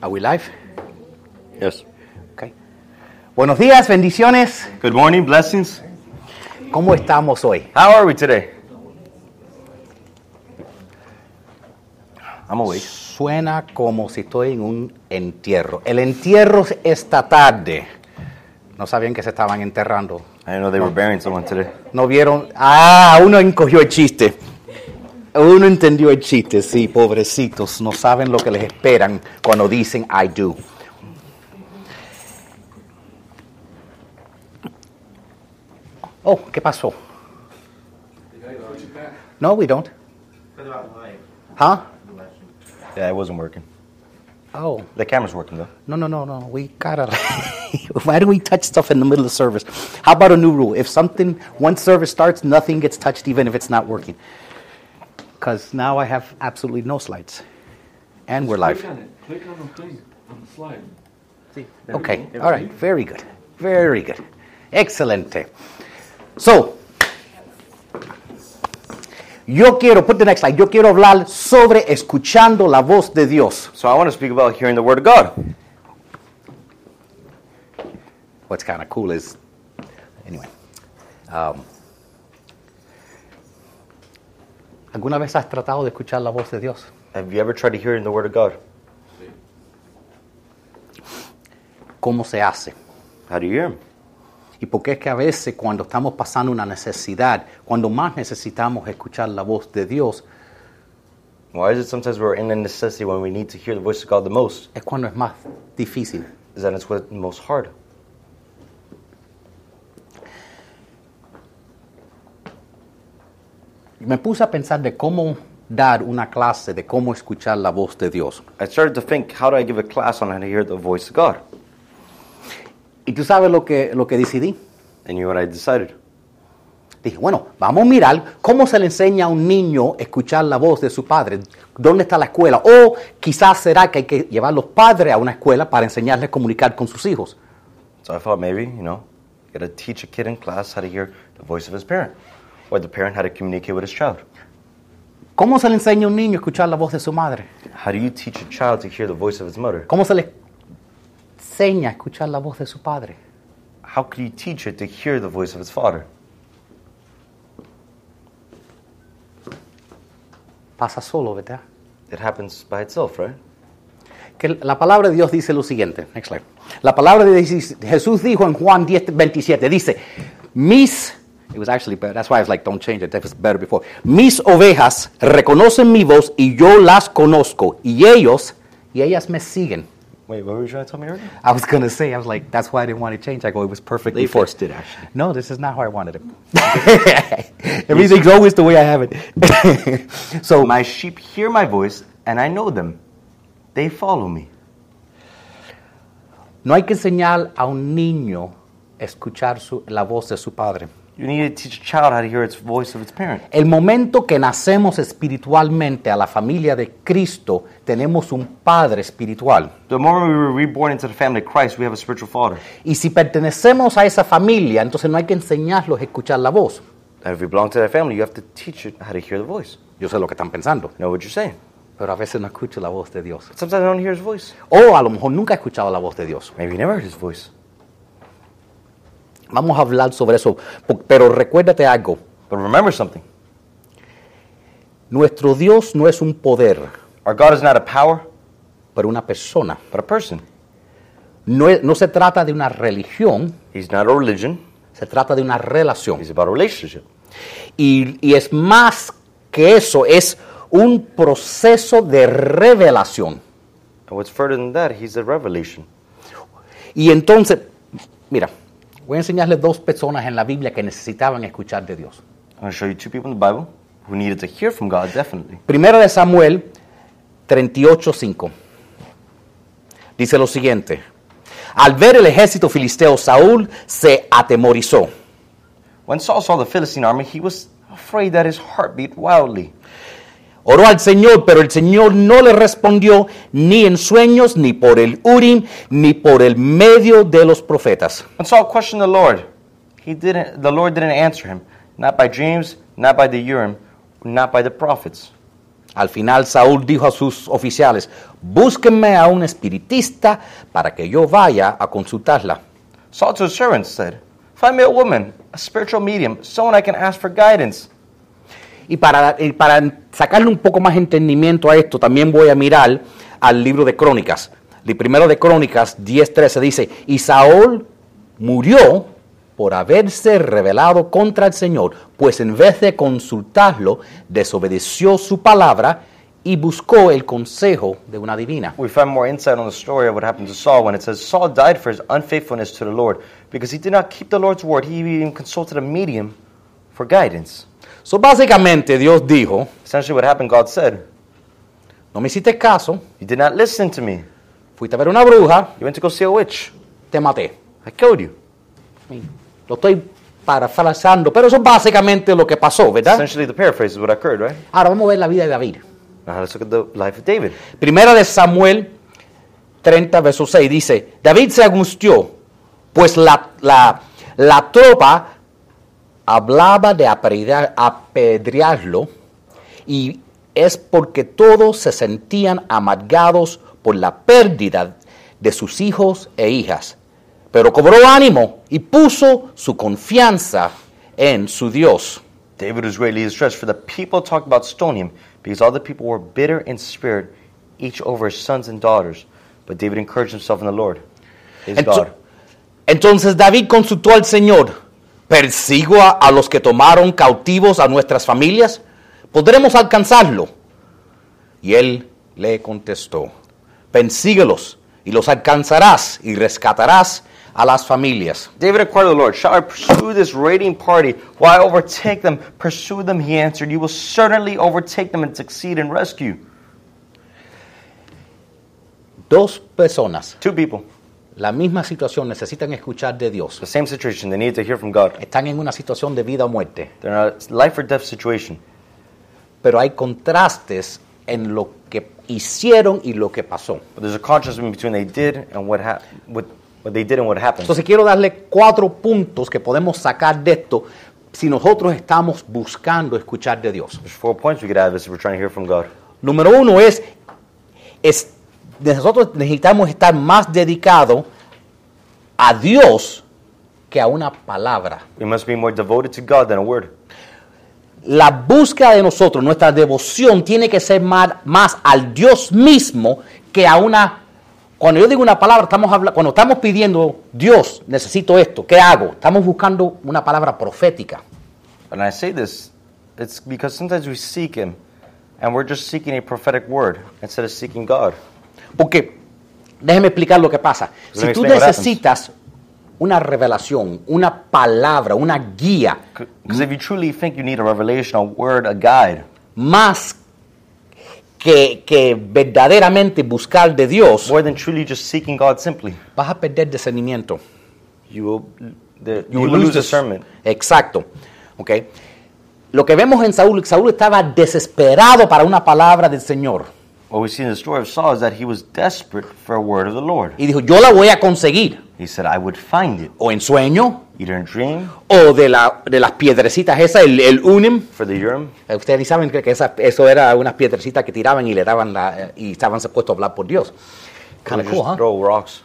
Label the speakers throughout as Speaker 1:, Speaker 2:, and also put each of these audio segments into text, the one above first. Speaker 1: Are we live?
Speaker 2: Yes.
Speaker 1: Okay. Buenos días, bendiciones.
Speaker 2: Good morning, blessings.
Speaker 1: ¿Cómo estamos hoy?
Speaker 2: How are we today? I'm awake.
Speaker 1: Suena como si estoy en un entierro. El entierro esta tarde. No sabían que se estaban enterrando.
Speaker 2: I didn't know they were burying someone today.
Speaker 1: No vieron. Ah, uno encogió el chiste. Uno entendió el chiste, sí, pobrecitos. No saben lo que les esperan cuando dicen I do. Oh, ¿qué pasó? No, we don't. Huh?
Speaker 2: Yeah, it wasn't working.
Speaker 1: Oh,
Speaker 2: The camera's working though.
Speaker 1: no, no, no, no. We gotta. Why do we touch stuff in the middle of service? How about a new rule? If something, once service starts, nothing gets touched, even if it's not working. Because now I have absolutely no slides. And we're live.
Speaker 3: Click on it. Click on the thing on the slide.
Speaker 1: Okay, all right, very good, very good, excelente. So, yo quiero, put the next slide, yo quiero hablar sobre escuchando la voz de Dios.
Speaker 2: So I want to speak about hearing the word of God.
Speaker 1: What's kind of cool is, anyway, um, ¿alguna vez has tratado de escuchar la voz de Dios?
Speaker 2: Have you ever tried to hear in the word of God?
Speaker 1: ¿Cómo se hace?
Speaker 2: How do you hear him?
Speaker 1: Y por qué es que a veces cuando estamos pasando una necesidad, cuando más necesitamos escuchar la voz de Dios,
Speaker 2: Why is it sometimes we're in a necessity when we need to hear the voice of God the most?
Speaker 1: es cuando es más difícil.
Speaker 2: Is that it's what's most hard.
Speaker 1: Me puse a pensar de cómo dar una clase de cómo escuchar la voz de Dios.
Speaker 2: I started to think, how do I give a class on how to hear the voice of God?
Speaker 1: Y tú sabes lo que, lo que decidí.
Speaker 2: And you know what I decided?
Speaker 1: Dije, bueno, vamos a mirar cómo se le enseña a un niño escuchar la voz de su padre. ¿Dónde está la escuela? O quizás será que hay que llevar los padres a una escuela para enseñarles a comunicar con sus hijos.
Speaker 2: So I thought maybe, you know, you gotta teach a kid in class how to hear the voice of his parent, or the parent how to communicate with his child.
Speaker 1: ¿Cómo se le enseña a un niño a escuchar la voz de su madre?
Speaker 2: How do you teach a child to hear the voice of his mother?
Speaker 1: ¿Cómo se le enseña a escuchar la voz de su padre?
Speaker 2: How could you teach it to hear the voice of its father?
Speaker 1: Pasa solo, ¿verdad?
Speaker 2: It happens by itself, right?
Speaker 1: que la palabra de Dios dice lo siguiente. Next slide. La palabra de Dios- Jesús dijo en Juan 10, 27, dice, mis, it was actually better, that's why I was like, don't change it, that was better before. Mis ovejas reconocen mi voz y yo las conozco y ellos, y ellas me siguen.
Speaker 2: Wait, what were you trying to tell me earlier?
Speaker 1: I was going to say, I was like, that's why I didn't want to change. I go, it was perfect before.
Speaker 2: it, actually.
Speaker 1: No, this is not how I wanted it. Everything's always the way I have it. so,
Speaker 2: Oh, My sheep hear my voice, and I know them. They follow me.
Speaker 1: no hay que enseñar a un niño a escuchar su- la voz de su padre.
Speaker 2: You need to teach a child how to hear its voice of its parent.
Speaker 1: El momento que nacemos espiritualmente a la familia de Cristo, tenemos un Padre espiritual.
Speaker 2: The moment we were reborn into the family of Christ, we have a spiritual father.
Speaker 1: Y si pertenecemos a esa familia, entonces no hay que enseñarlos a escuchar la voz.
Speaker 2: And if you belong to that family, you have to teach it how to hear the voice.
Speaker 1: Yo sé lo que están pensando,
Speaker 2: You know what you're saying.
Speaker 1: pero a veces no escucho la voz de Dios.
Speaker 2: Sometimes I don't hear his voice.
Speaker 1: O a lo mejor nunca he escuchado la voz de Dios.
Speaker 2: Maybe you never heard his voice.
Speaker 1: Vamos a hablar sobre eso, po- pero recuérdate algo.
Speaker 2: But remember something.
Speaker 1: Nuestro Dios no es un poder,
Speaker 2: Our God is not a power,
Speaker 1: pero una persona.
Speaker 2: but a person.
Speaker 1: No, es- no se trata de una religión,
Speaker 2: He's not a religion.
Speaker 1: se trata de una relación.
Speaker 2: He's about a relationship.
Speaker 1: Y, y es más que eso, es un proceso de revelación.
Speaker 2: And what's further than that, he's a revelation.
Speaker 1: Y entonces, mira, voy a enseñarles dos personas en la Biblia que necesitaban escuchar de Dios.
Speaker 2: I'm going to show you two people in the Bible who needed to hear from God, definitely.
Speaker 1: Primero de Samuel 38:5. Dice lo siguiente: Al ver el ejército filisteo, Saúl se atemorizó.
Speaker 2: When Saul saw the Philistine army, he was afraid that his heart beat wildly.
Speaker 1: Oró al Señor, pero el Señor no le respondió ni en sueños, ni por el Urim, ni por el medio de los profetas.
Speaker 2: When Saul questioned the Lord, he didn't, the Lord didn't answer him, not by dreams, not by the Urim, not by the prophets.
Speaker 1: Al final Saúl dijo a sus oficiales, búsquenme a un espiritista para que yo vaya a consultarla.
Speaker 2: Saul to his servants said, Find me a woman, a spiritual medium, someone I can ask for guidance.
Speaker 1: Y para, y para sacarle un poco más entendimiento a esto, también voy a mirar al libro de Crónicas. El primero de Crónicas 10.13 dice, y Saúl murió por haberse rebelado contra el Señor, pues en vez de consultarlo, desobedeció su palabra y buscó el consejo de una divina.
Speaker 2: We find more insight on the story of what happened to Saul when it says Saul died for his unfaithfulness to the Lord because he did not keep the Lord's word. He even consulted a medium for guidance.
Speaker 1: So, básicamente Dios dijo,
Speaker 2: Essentially, what happened, God said,
Speaker 1: no me hiciste caso,
Speaker 2: You did not listen to me.
Speaker 1: fuiste a ver una bruja,
Speaker 2: You went to go see a witch.
Speaker 1: te maté.
Speaker 2: I killed you.
Speaker 1: Lo estoy parafraseando, pero eso es básicamente lo que pasó, ¿verdad?
Speaker 2: Essentially, the paraphrase is what occurred, right?
Speaker 1: Ahora vamos a ver la vida de David.
Speaker 2: Now let's look at the life of David.
Speaker 1: Primera de Samuel 30, verso 6 dice, David se angustió, pues la, la- la tropa hablaba de apedrear- apedrearlo y es porque todos se sentían amargados por la pérdida de sus hijos e hijas. Pero cobró ánimo y puso su confianza en su Dios.
Speaker 2: David was greatly distressed, for the people talked about stoning him, because all the people were bitter in spirit, each over his sons and daughters. But David encouraged himself in the Lord, his
Speaker 1: Ento-
Speaker 2: God.
Speaker 1: Entonces David consultó al Señor, persigo a, a los que tomaron cautivos a nuestras familias, ¿podremos alcanzarlo? Y él le contestó, persíguelos y los alcanzarás y rescatarás a las familias.
Speaker 2: David inquired of the Lord, Shall I pursue this raiding party? Will I overtake them? Pursue them, he answered. You will certainly overtake them and succeed in rescue.
Speaker 1: Dos personas,
Speaker 2: Two people,
Speaker 1: la misma situación, necesitan escuchar de Dios.
Speaker 2: the same situation. They need to hear from God.
Speaker 1: Están en una situación de vida o muerte,
Speaker 2: They're in a life or death situation.
Speaker 1: pero hay contrastes en lo que hicieron y lo que pasó.
Speaker 2: But there's a contrast between they did and what happened. What, what they did and what happened.
Speaker 1: Entonces quiero darle cuatro puntos que podemos sacar de esto si nosotros estamos buscando escuchar de Dios.
Speaker 2: There's four points we could have is we're trying to hear from God.
Speaker 1: Número uno es, es- nosotros necesitamos estar más dedicados a Dios que a una palabra.
Speaker 2: We must be more devoted to God than a word.
Speaker 1: La búsqueda de nosotros, nuestra devoción tiene que ser más, más al Dios mismo que a una... Cuando yo digo una palabra, estamos habla- cuando estamos pidiendo, Dios, necesito esto, ¿qué hago? Estamos buscando una palabra profética.
Speaker 2: And I say this, it's because sometimes we seek Him and we're just seeking a prophetic word instead of seeking God.
Speaker 1: Porque, déjeme explicar lo que pasa. Si
Speaker 2: me
Speaker 1: tú
Speaker 2: explain what
Speaker 1: necesitas una revelación, una palabra, una guía,
Speaker 2: Because if you truly think you need a revelation, a word, a guide,
Speaker 1: más que, que verdaderamente buscar de Dios,
Speaker 2: more than truly just seeking God simply,
Speaker 1: vas a perder discernimiento.
Speaker 2: you will, the, you will lose
Speaker 1: dis-
Speaker 2: discernment.
Speaker 1: Exacto. ¿Ok? Lo que vemos en Saúl, Saúl estaba desesperado para una palabra del Señor.
Speaker 2: What we see in the story of Saul is that he was desperate for a word of the Lord.
Speaker 1: Y dijo, yo la voy a conseguir.
Speaker 2: He said, I would find it,
Speaker 1: O en sueño,
Speaker 2: either in dream,
Speaker 1: o de, la, de las piedrecitas esas, el, el unim.
Speaker 2: for the Urim.
Speaker 1: Eh, Ustedes ni saben que que esa- eso era unas piedrecitas que tiraban y le daban la, eh, y estaban supuestos a hablar por Dios.
Speaker 2: They
Speaker 1: Kinda
Speaker 2: would just
Speaker 1: cool, huh?
Speaker 2: throw rocks,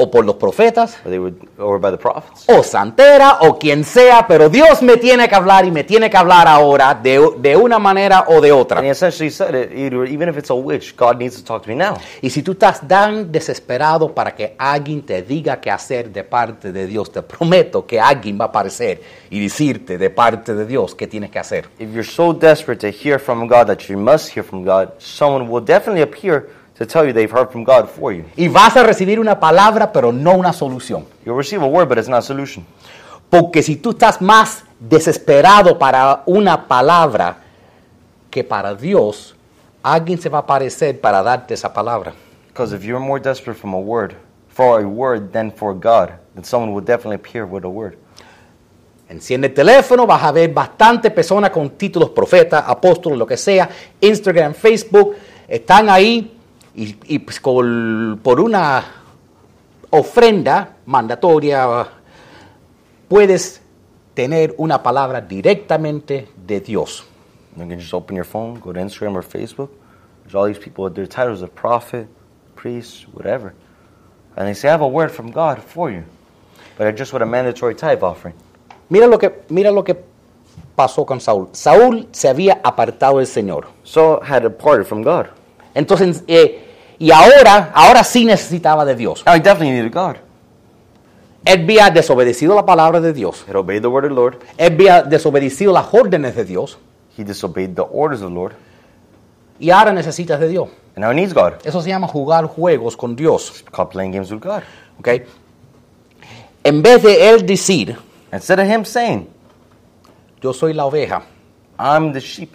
Speaker 1: O por los profetas,
Speaker 2: or they would, or by the prophets.
Speaker 1: o santera, o quien sea, pero Dios me tiene que hablar y me tiene que hablar ahora de, de una manera o de
Speaker 2: And he
Speaker 1: otra.
Speaker 2: essentially said it, either- even if it's a witch, God needs to talk to me now.
Speaker 1: Y si tú estás tan desesperado para que alguien te diga qué hacer de parte de Dios, te prometo que alguien va a aparecer y decirte de parte de Dios qué tienes que hacer.
Speaker 2: If you're so desperate to hear from God that you must hear from God, someone will definitely appear to tell you they've heard from God for you.
Speaker 1: Y vas a recibir una palabra, pero no una solución.
Speaker 2: You'll receive a word, but it's not a solution.
Speaker 1: Porque si tú estás más desesperado para una palabra que para Dios, alguien se va a aparecer para darte esa palabra.
Speaker 2: Because if you're more desperate from a word, for a word than for God, then someone will definitely appear with a word.
Speaker 1: Enciende el teléfono, vas a ver bastantes personas con títulos profeta, apóstol, lo que sea, Instagram, Facebook, están ahí y, y pues col- por una ofrenda mandatoria puedes tener una palabra directamente de Dios.
Speaker 2: You can just open your phone, go to Instagram or Facebook. There's all these people with their titles of prophet, priest, whatever. And they say, I have a word from God for you. But they're just with a mandatory tithe offering.
Speaker 1: Mira lo que, mira lo que pasó con Saúl. Saúl se había apartado del Señor.
Speaker 2: So had departed from God.
Speaker 1: Entonces, eh, y ahora, ahora sí necesitaba de Dios.
Speaker 2: Now he definitely needed God.
Speaker 1: Él había desobedecido la palabra de Dios.
Speaker 2: He had obeyed the word of the Lord.
Speaker 1: Él había desobedecido las órdenes de Dios.
Speaker 2: He disobeyed the orders of the Lord.
Speaker 1: Y ahora necesitas de Dios.
Speaker 2: And now he needs God.
Speaker 1: Eso se llama jugar juegos con Dios.
Speaker 2: It's called playing games with God.
Speaker 1: ¿ok? En vez de él decir,
Speaker 2: Instead of him saying,
Speaker 1: yo soy la oveja,
Speaker 2: I'm the sheep,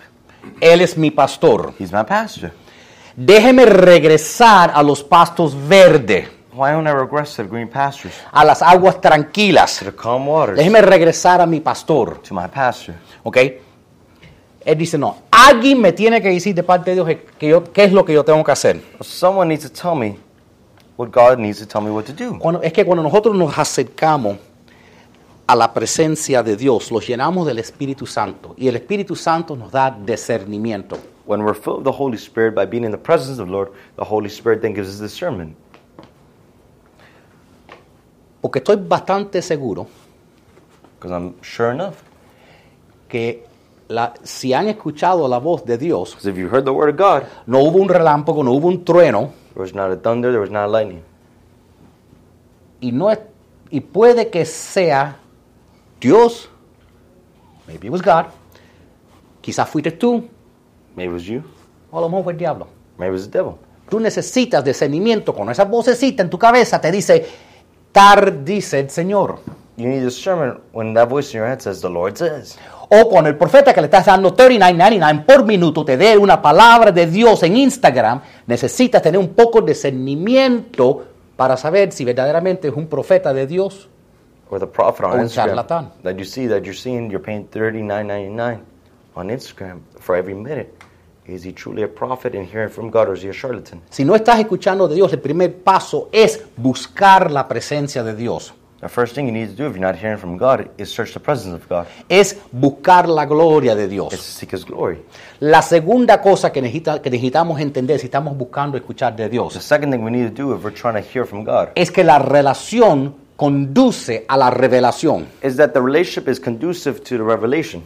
Speaker 1: él es mi pastor,
Speaker 2: he's my pastor.
Speaker 1: déjeme regresar a los pastos verdes,
Speaker 2: Why don't I regress to the green pastures,
Speaker 1: a las aguas tranquilas.
Speaker 2: to the calm waters,
Speaker 1: Déjeme regresar a mi pastor.
Speaker 2: to my pasture?
Speaker 1: ¿Ok? Él dice, no, alguien me tiene que decir de parte de Dios que yo- qué es lo que yo tengo que hacer.
Speaker 2: Someone needs to tell me what God needs to tell me what to do.
Speaker 1: Cuando- es que cuando nosotros nos acercamos a la presencia de Dios, los llenamos del Espíritu Santo y el Espíritu Santo nos da discernimiento.
Speaker 2: When we're filled with the Holy Spirit by being in the presence of the Lord, the Holy Spirit then gives us discernment.
Speaker 1: Porque estoy bastante seguro
Speaker 2: Because I'm sure enough,
Speaker 1: que la- si han escuchado la voz de Dios,
Speaker 2: because if you heard the word of God,
Speaker 1: no hubo un relámpago, no hubo un trueno
Speaker 2: there was not a thunder, there was not a lightning.
Speaker 1: y, no es- y puede que sea Dios, maybe it was God, quizás fuiste tú,
Speaker 2: Maybe it was you,
Speaker 1: o a lo mejor fue el diablo.
Speaker 2: maybe it was the devil.
Speaker 1: Tú necesitas discernimiento con esa vocecita en tu cabeza, te dice, tar dice el Señor.
Speaker 2: You need discernment when that voice in your head says, The Lord says.
Speaker 1: O cuando el profeta que le estás dando 39.99 por minuto te dé una palabra de Dios en Instagram, necesitas tener un poco de discernimiento para saber si verdaderamente es un profeta de Dios.
Speaker 2: Or the prophet on
Speaker 1: Or
Speaker 2: Instagram
Speaker 1: charlatan.
Speaker 2: that you see that you're seeing, you're paying thirty nine ninety nine on Instagram for every minute. Is he truly a prophet and hearing from God or is he a charlatan?
Speaker 1: Si no estás escuchando de Dios, el primer paso es buscar la presencia de Dios.
Speaker 2: The first thing you need to do if you're not hearing from God is search the presence of God.
Speaker 1: Es buscar la gloria de
Speaker 2: It's to
Speaker 1: Dios.
Speaker 2: seek his glory.
Speaker 1: La segunda cosa que, necesita- que necesitamos entender si estamos buscando escuchar de Dios
Speaker 2: The second thing we need to do if we're trying to hear from God
Speaker 1: es que la relación conduce a la revelación.
Speaker 2: is that the relationship is conducive to the revelation.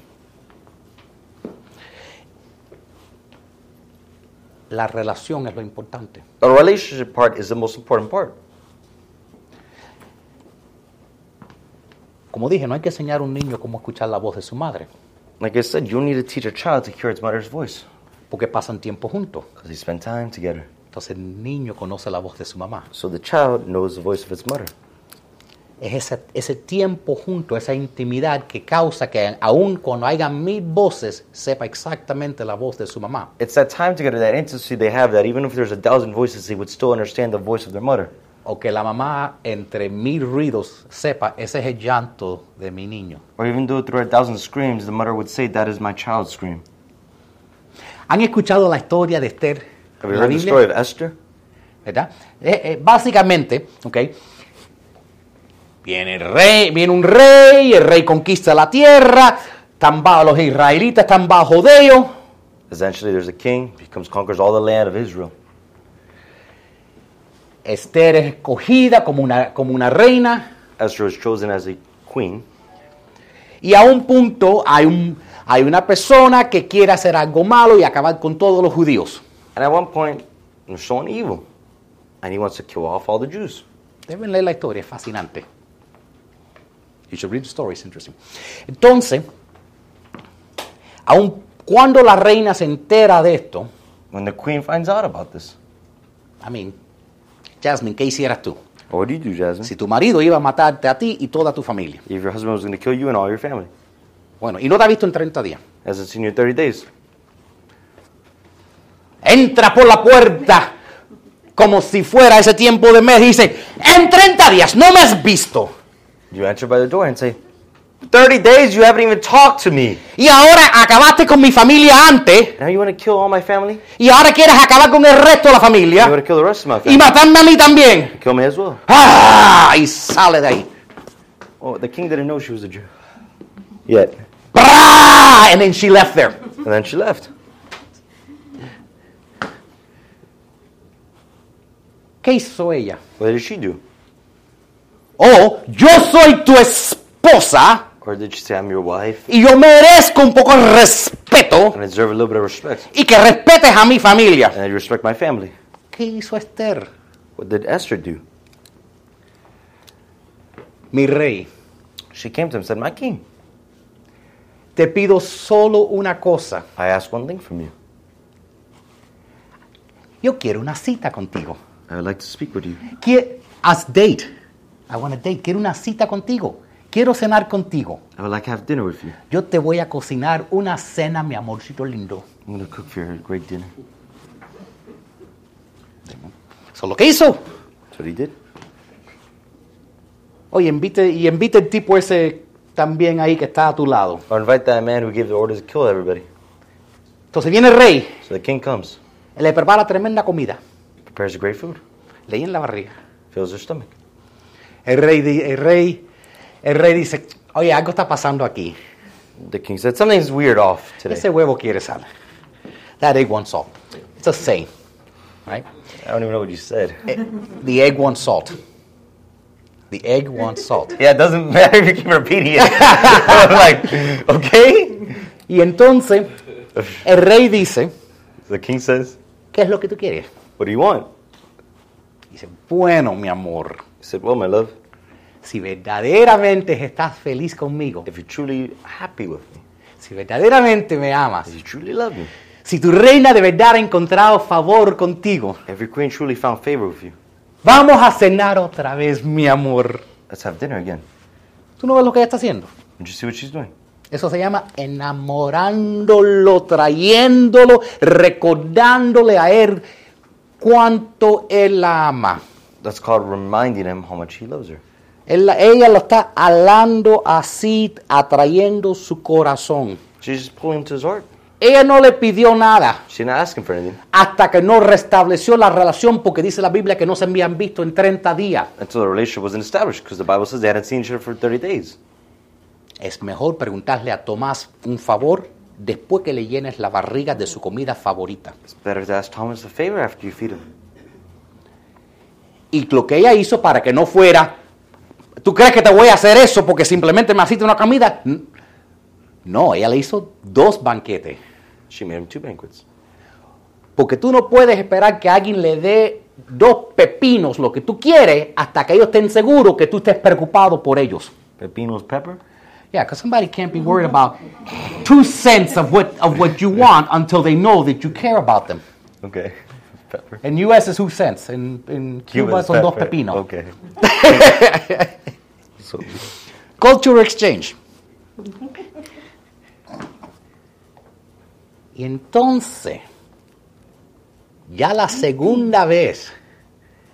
Speaker 1: La relación es lo importante.
Speaker 2: The relationship part is the most important part.
Speaker 1: Como dije, no hay que enseñar a un niño cómo escuchar la voz de su madre,
Speaker 2: Like I said, you don't need to teach a child to hear its mother's voice
Speaker 1: porque pasan tiempo juntos.
Speaker 2: because they spend time together.
Speaker 1: Entonces el niño conoce la voz de su mamá.
Speaker 2: So the child knows the voice of its mother.
Speaker 1: Es ese, ese tiempo junto, esa intimidad que causa que aun cuando haya mil voces, sepa exactamente la voz de su mamá.
Speaker 2: It's that time together, that intimacy they have, that even if there's a thousand voices, they would still understand the voice of their mother.
Speaker 1: O que la mamá entre mil ruidos sepa, ese es el llanto de mi niño.
Speaker 2: Or even though through a thousand screams, the mother would say, That is my child's scream.
Speaker 1: ¿Han escuchado la historia de Esther?
Speaker 2: Have you
Speaker 1: en la
Speaker 2: heard the
Speaker 1: Biblia?
Speaker 2: story of Esther?
Speaker 1: ¿verdad? Eh, eh, básicamente, ¿ok? Viene el rey, viene un rey, el rey conquista la tierra, están bajo, los israelitas están bajo de ellos,
Speaker 2: Essentially, there's a king, he comes, conquers all the land of Israel.
Speaker 1: Esther es escogida como una, como una reina,
Speaker 2: Esther was chosen as a queen.
Speaker 1: y a un punto hay, un, hay una persona que quiere hacer algo malo y acabar con todos los judíos.
Speaker 2: And at one point, there's someone evil. And he wants to kill off all the Jews.
Speaker 1: Deben leer la historia, es fascinante. You should read the story, it's interesting. Entonces, aun cuando la reina se entera de esto,
Speaker 2: When the queen finds out about this,
Speaker 1: I mean, Jasmine, ¿qué hicieras tú?
Speaker 2: what do you do, Jasmine?
Speaker 1: Si tu marido iba a matarte a ti y toda tu familia.
Speaker 2: If your husband was going to kill you and all your family,
Speaker 1: Bueno, y no te ha visto en 30 días.
Speaker 2: hasn't seen you in 30 days,
Speaker 1: Entra por la puerta como si fuera ese tiempo de mes y dice, en 30 días no me has visto.
Speaker 2: you enter by the door and say, 30 days you haven't even talked to me.
Speaker 1: Y ahora acabaste con mi familia antes
Speaker 2: Now you want to kill all my family?
Speaker 1: y ahora quieres acabar con el resto de la
Speaker 2: You want
Speaker 1: familia
Speaker 2: to kill the rest of my
Speaker 1: y
Speaker 2: family?
Speaker 1: matarme a mí también.
Speaker 2: Kill me as well.
Speaker 1: ¡Ah! Y sale de ahí.
Speaker 2: Oh, the king didn't know she was a Jew. Yet.
Speaker 1: Mm-hmm. ¡Pra! And then she left there.
Speaker 2: And then she left.
Speaker 1: ¿Qué hizo ella?
Speaker 2: What did she do?
Speaker 1: O yo soy tu esposa
Speaker 2: Or did she say, I'm your wife?
Speaker 1: y yo merezco un poco de respeto
Speaker 2: And I deserve a little bit of respect.
Speaker 1: y que respetes a mi familia.
Speaker 2: And I respect my family.
Speaker 1: ¿Qué hizo Esther?
Speaker 2: What did Esther do?
Speaker 1: Mi rey,
Speaker 2: She came to him and said, My king,
Speaker 1: te pido solo una cosa.
Speaker 2: I ask one thing from you.
Speaker 1: Yo quiero una cita contigo.
Speaker 2: I would like to speak with you.
Speaker 1: Qui- as date. I want a date. Quiero una cita contigo. Quiero cenar contigo.
Speaker 2: I would like to have dinner with you.
Speaker 1: Yo te voy a cocinar una cena, mi amorcito lindo.
Speaker 2: I'm going to cook for you a great dinner.
Speaker 1: Eso es lo que hizo.
Speaker 2: That's what he did.
Speaker 1: Oye, invite, y invite el tipo ese también ahí que está a tu lado.
Speaker 2: Or invite that man who gave the orders to kill everybody.
Speaker 1: Entonces viene el rey,
Speaker 2: So the king comes,
Speaker 1: le prepara tremenda comida.
Speaker 2: prepares a great food,
Speaker 1: Leí en la barriga.
Speaker 2: fills her stomach.
Speaker 1: El rey, di- el rey, el rey dice, oye, algo está pasando aquí.
Speaker 2: The king said, Something's weird off today.
Speaker 1: Ese huevo quiere sal. That egg wants salt. It's a saying, right?
Speaker 2: I don't even know what you said.
Speaker 1: Eh, The egg wants salt. The egg wants salt.
Speaker 2: Yeah, it doesn't matter if you keep repeating it. I'm like, okay?
Speaker 1: Y entonces el rey dice,
Speaker 2: The king says,
Speaker 1: ¿qué es lo que tú quieres?
Speaker 2: What do you want?
Speaker 1: Dice, bueno, mi amor,
Speaker 2: He said, Well, my love,
Speaker 1: si verdaderamente estás feliz conmigo,
Speaker 2: if you're truly happy with me,
Speaker 1: si verdaderamente me amas,
Speaker 2: if you truly love me,
Speaker 1: si tu reina de verdad ha encontrado favor contigo,
Speaker 2: if your queen truly found favor with you,
Speaker 1: vamos a cenar otra vez, mi amor.
Speaker 2: let's have dinner again.
Speaker 1: ¿Tú no ves lo que ella está haciendo?
Speaker 2: Did you see what she's doing?
Speaker 1: Eso se llama enamorándolo, trayéndolo, recordándole a él cuánto él la ama.
Speaker 2: That's called reminding him how much he loves her.
Speaker 1: Él la- ella lo está alando así, atrayendo su corazón.
Speaker 2: She's just pulling him to his heart.
Speaker 1: Ella no le pidió nada
Speaker 2: She's not asking for anything
Speaker 1: hasta que no restableció la relación porque dice la Biblia que no se habían visto en 30 días.
Speaker 2: until the relationship wasn't established because the Bible says they hadn't seen each other for 30 days.
Speaker 1: Es mejor preguntarle a Tomás un favor después que le llenes la barriga de su comida favorita.
Speaker 2: It's better to ask Thomas a favor after you feed him.
Speaker 1: Y lo que ella hizo para que no fuera, ¿tú crees que te voy a hacer eso porque simplemente me hiciste una comida? N- No, ella le hizo dos banquetes.
Speaker 2: She made him two banquets.
Speaker 1: Porque tú no puedes esperar que alguien le dé dos pepinos, lo que tú quieres, hasta que ellos estén seguros que tú estés preocupado por ellos.
Speaker 2: Pepino's pepper.
Speaker 1: Yeah, because somebody can't be worried about two cents of what, of what you want until they know that you care about them.
Speaker 2: Okay. Pepper.
Speaker 1: En US es two cents, en, en Cuba son dos pepinos.
Speaker 2: Okay. so,
Speaker 1: Culture exchange. Y entonces, ya la segunda vez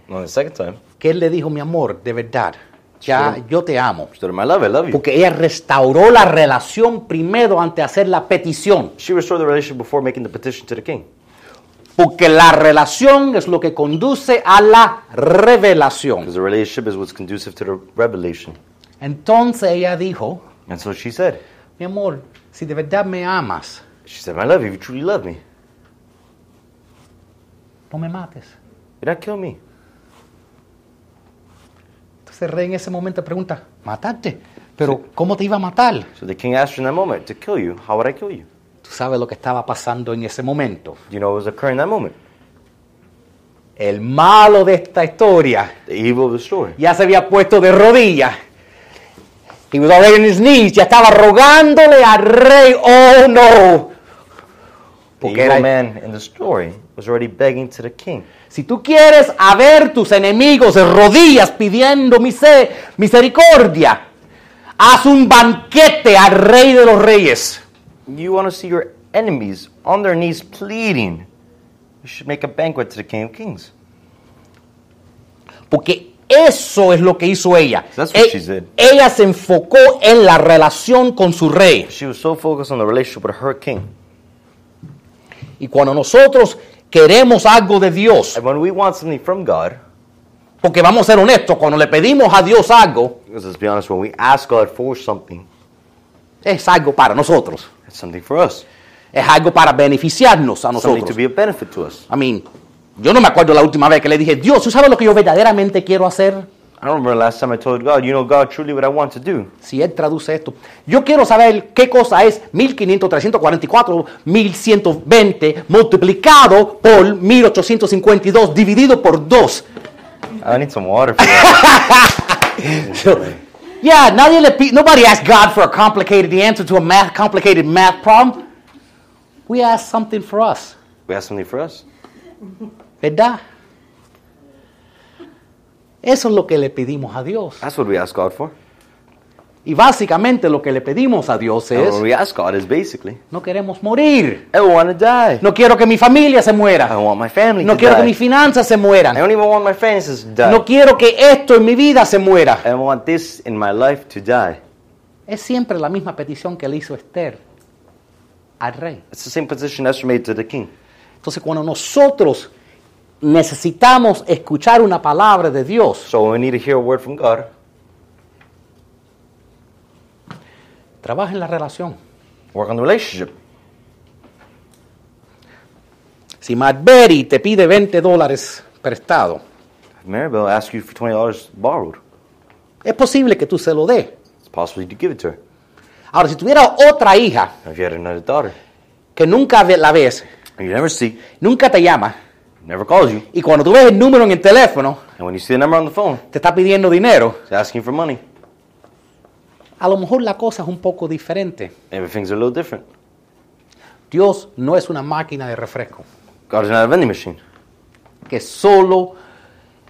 Speaker 2: on the second time,
Speaker 1: que él le dijo, mi amor, de verdad, ya
Speaker 2: Sure.
Speaker 1: yo te amo.
Speaker 2: she told him, I love you, I love you.
Speaker 1: Porque ella restauró la relación primero antes de hacer la petición.
Speaker 2: She restored the relationship before making the petition to the king.
Speaker 1: Porque la relación es lo que conduce a la revelación.
Speaker 2: Because the relationship is what's conducive to the revelation.
Speaker 1: Entonces ella dijo,
Speaker 2: And so she said,
Speaker 1: mi amor, si de verdad me amas,
Speaker 2: She said, I love you, if you truly love me.
Speaker 1: no me mates.
Speaker 2: You're not killing me.
Speaker 1: Entonces el rey en ese momento pregunta, matarte, pero ¿cómo te iba a matar?
Speaker 2: So the king asked her in that moment, To kill you, how would I kill you?
Speaker 1: Tú sabes lo que estaba pasando en ese momento.
Speaker 2: Do you know what was occurring in that moment?
Speaker 1: El malo de esta historia
Speaker 2: The evil of the story.
Speaker 1: ya se había puesto de rodillas. He was already on his knees, ya estaba rogándole al rey, oh no.
Speaker 2: The
Speaker 1: Porque
Speaker 2: evil
Speaker 1: era,
Speaker 2: man in the story was already begging to the king.
Speaker 1: si tú quieres a ver tus enemigos de rodillas pidiendo mise- misericordia, haz un banquete al rey de los reyes.
Speaker 2: You want to see your enemies on their knees pleading. You should make a banquet to the king of kings.
Speaker 1: Porque eso es lo que hizo ella.
Speaker 2: That's what
Speaker 1: E-
Speaker 2: she did.
Speaker 1: Ella se enfocó en la relación con su rey.
Speaker 2: She was so focused on the relationship with her king.
Speaker 1: Y cuando nosotros queremos algo de Dios,
Speaker 2: And when we want something from God,
Speaker 1: porque vamos a ser honestos, cuando le pedimos a Dios algo,
Speaker 2: because let's be honest, when we ask God for something,
Speaker 1: es algo para nosotros.
Speaker 2: it's something for us.
Speaker 1: es algo para beneficiarnos a
Speaker 2: something to
Speaker 1: nosotros.
Speaker 2: be a benefit to us.
Speaker 1: I mean, yo no me acuerdo la última vez que le dije, Dios, ¿tú sabes lo que yo verdaderamente quiero hacer?
Speaker 2: I don't remember the last time I told God, you know, God, truly what I want to do.
Speaker 1: Si Él traduce esto, yo quiero saber qué cosa es 1500, 344, 1120 multiplicado por 1852 dividido por 2.
Speaker 2: I need some water for that.
Speaker 1: Yeah, nadie le pide, nobody asked God for a complicated answer to a math, complicated math problem. We ask something for us,
Speaker 2: we have something for us.
Speaker 1: ¿verdad? Eso es lo que le pedimos a Dios.
Speaker 2: That's what we ask God for.
Speaker 1: Y básicamente lo que le pedimos a Dios
Speaker 2: And
Speaker 1: es,
Speaker 2: what we ask God is basically,
Speaker 1: no queremos morir.
Speaker 2: I want to die.
Speaker 1: No quiero que mi familia se
Speaker 2: I
Speaker 1: muera.
Speaker 2: want my family
Speaker 1: No
Speaker 2: to
Speaker 1: quiero que
Speaker 2: die.
Speaker 1: mis finanzas se
Speaker 2: I
Speaker 1: mueran.
Speaker 2: don't even want my finances to die.
Speaker 1: No quiero que esto en mi vida se muera.
Speaker 2: I want this in my life to die.
Speaker 1: Es siempre la misma petición que le hizo Esther al rey.
Speaker 2: It's the same position Esther made to the king.
Speaker 1: Entonces, cuando nosotros necesitamos escuchar una palabra de Dios,
Speaker 2: So we need to hear a word from God.
Speaker 1: trabaja en la relación.
Speaker 2: Work on the relationship.
Speaker 1: Si Marberry te pide 20 dólares prestado,
Speaker 2: If Maribel asks you for twenty dollars borrowed,
Speaker 1: es posible que tú se lo des.
Speaker 2: it's possible you could give it to her.
Speaker 1: Ahora, si tuviera otra hija
Speaker 2: Now, if you had another daughter
Speaker 1: que nunca ve- la ves,
Speaker 2: and you never see,
Speaker 1: nunca te llama,
Speaker 2: never calls you,
Speaker 1: y cuando tú ves el número en el teléfono,
Speaker 2: and when you see the number on the phone,
Speaker 1: te está pidiendo dinero,
Speaker 2: it's asking for money.
Speaker 1: a lo mejor la cosa es un poco diferente.
Speaker 2: Everything's a little different.
Speaker 1: Dios no es una máquina de refresco
Speaker 2: God is not a vending machine.
Speaker 1: que solo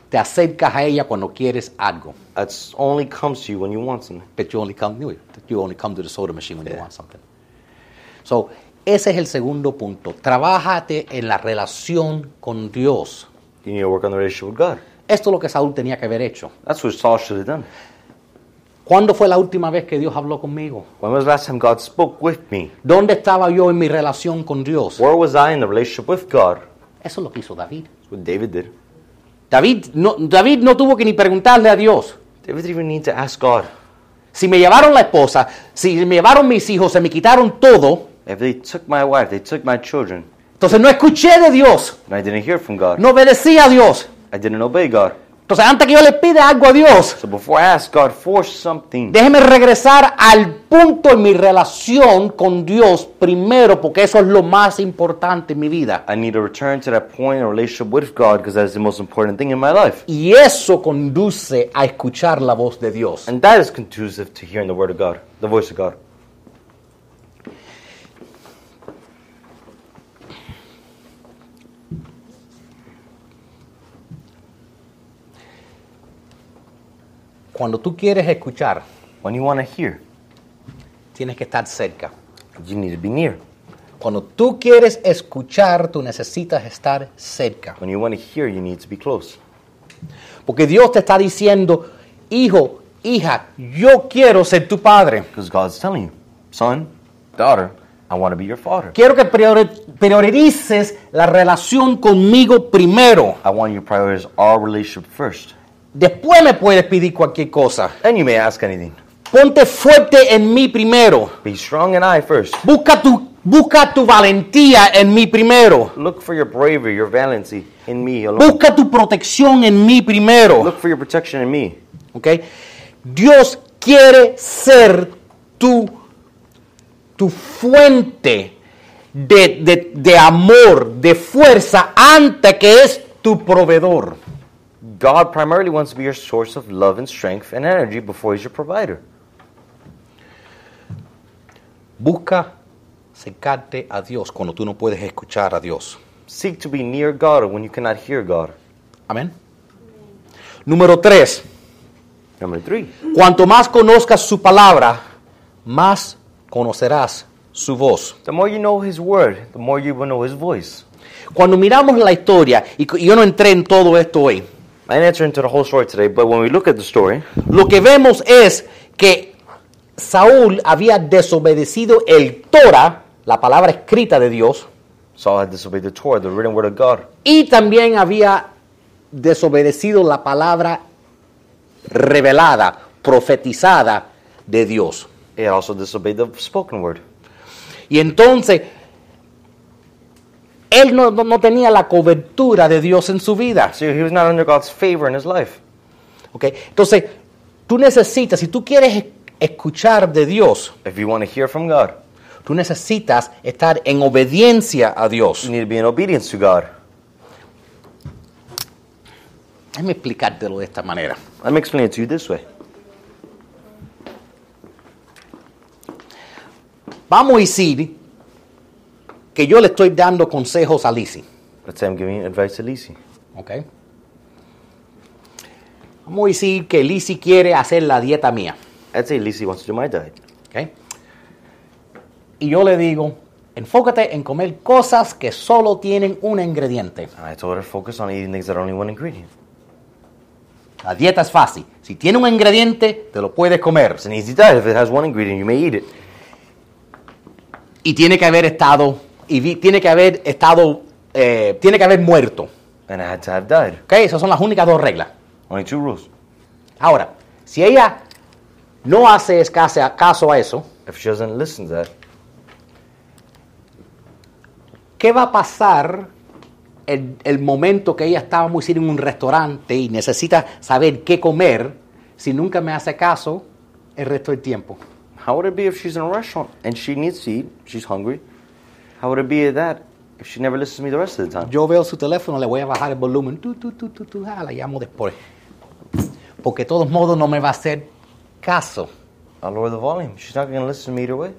Speaker 1: te acercas a ella cuando quieres algo.
Speaker 2: That's only comes to you when you want something.
Speaker 1: But you only come, you only come to the soda machine when you want something. So, ese es el segundo punto. Trabájate en la relación con Dios.
Speaker 2: You need to work on the relationship with God.
Speaker 1: Esto es lo que Saúl tenía que haber hecho.
Speaker 2: That's what Saul should have done.
Speaker 1: ¿Cuándo fue la última vez que Dios habló conmigo?
Speaker 2: When was the last time God spoke with me?
Speaker 1: ¿Dónde estaba yo en mi relación con Dios?
Speaker 2: Where was I in the relationship with God?
Speaker 1: Eso es lo que hizo David.
Speaker 2: That's what David did.
Speaker 1: David no, David no tuvo que ni preguntarle a Dios.
Speaker 2: David didn't even need to ask God.
Speaker 1: Si me llevaron la esposa, si me llevaron mis hijos, se me quitaron todo.
Speaker 2: If they took my wife, they took my children,
Speaker 1: Entonces no escuché de Dios.
Speaker 2: and I didn't hear from God,
Speaker 1: No obedecí a Dios.
Speaker 2: I didn't obey God.
Speaker 1: Entonces antes que yo le pida algo a Dios,
Speaker 2: So before I ask God for something,
Speaker 1: Déjeme regresar al punto en mi relación con Dios primero, porque eso es lo más importante en mi vida.
Speaker 2: I need to return to that point in relationship with God because that is the most important thing in my life.
Speaker 1: Y eso conduce a escuchar la voz de Dios.
Speaker 2: And that is conducive to hearing the word of God, the voice of God.
Speaker 1: Cuando tú quieres escuchar,
Speaker 2: When you want to hear,
Speaker 1: tienes que estar cerca.
Speaker 2: you need to be near.
Speaker 1: Cuando tú quieres escuchar, tú necesitas estar cerca.
Speaker 2: When you want to hear, you need to be close.
Speaker 1: Porque Dios te está diciendo, hijo, hija, yo quiero ser tu padre.
Speaker 2: Because God's telling you, son, daughter, I want to be your father.
Speaker 1: Quiero que priori- priorices la relación conmigo primero.
Speaker 2: I want you to prioritize our relationship first.
Speaker 1: Después me puedes pedir cualquier cosa.
Speaker 2: Then you may ask anything.
Speaker 1: Ponte fuerte en mí primero.
Speaker 2: Be strong and I first.
Speaker 1: Busca tu, busca tu valentía en mí primero.
Speaker 2: Look for your bravery, your valency in me alone.
Speaker 1: Busca tu protección en mí primero.
Speaker 2: Look for your protection in me.
Speaker 1: ¿Ok? Dios quiere ser tu, tu fuente de, de- de amor, de fuerza, antes que es tu proveedor.
Speaker 2: God primarily wants to be your source of love and strength and energy before He's your provider.
Speaker 1: Busca acercarte a Dios cuando tú no puedes escuchar a Dios.
Speaker 2: Seek to be near God when you cannot hear God.
Speaker 1: Amén. Número tres.
Speaker 2: Number three,
Speaker 1: Cuanto más conozcas su palabra, más conocerás su voz.
Speaker 2: the more you know His word, the more you will know His voice.
Speaker 1: Cuando miramos la historia, y c- yo no entré en todo esto hoy,
Speaker 2: I didn't enter into the whole story today, but when we look at the story,
Speaker 1: lo que vemos es que Saúl había desobedecido el Torah, la palabra escrita de Dios,
Speaker 2: Saul had disobeyed the Torah, the written word of God,
Speaker 1: y también había desobedecido la palabra revelada, profetizada de Dios.
Speaker 2: he also disobeyed the spoken word.
Speaker 1: Y entonces Él no, no- no tenía la cobertura de Dios en su vida.
Speaker 2: So he was not under God's favor in his life.
Speaker 1: ¿ok? Entonces, tú necesitas, si tú quieres es- escuchar de Dios,
Speaker 2: If you want to hear from God,
Speaker 1: tú necesitas estar en obediencia a Dios.
Speaker 2: you need to be in obedience to God.
Speaker 1: Déjame explicártelo de esta manera.
Speaker 2: Let me explain it to you this way.
Speaker 1: Vamos a decir que yo le estoy dando consejos a Lizzie.
Speaker 2: Let's say I'm giving advice to Lisi.
Speaker 1: ¿ok? Vamos a decir que Lizzie quiere hacer la dieta mía.
Speaker 2: I'd say Lisi wants to do my diet.
Speaker 1: ¿ok? Y yo le digo, enfócate en comer cosas que solo tienen un ingrediente.
Speaker 2: And I told her focus on eating things that are only one ingredient.
Speaker 1: La dieta es fácil. Si tiene un ingrediente, te lo puedes comer.
Speaker 2: It's an easy diet. If it has one ingredient, you may eat it.
Speaker 1: Y tiene que haber estado, y vi- tiene que haber estado, eh, tiene que haber muerto.
Speaker 2: And I had to have died.
Speaker 1: ¿ok? Esas son las únicas dos reglas.
Speaker 2: Only two rules.
Speaker 1: Ahora, si ella no hace escase- caso a eso,
Speaker 2: If she doesn't listen to that,
Speaker 1: ¿qué va a pasar el, el momento que ella estaba muy en un restaurante y necesita saber qué comer si nunca me hace caso el resto del tiempo?
Speaker 2: how would it be if she's in a restaurant and she needs to eat, she's hungry? How would it be that if she never listens to me the rest of the time?
Speaker 1: Yo veo su teléfono, le voy a bajar el volumen, tú, tú, tú, tú, tú, ah, la llamo después. Porque de todos modos no me va a hacer caso.
Speaker 2: I'll lower the volume. She's not going to listen to me either way.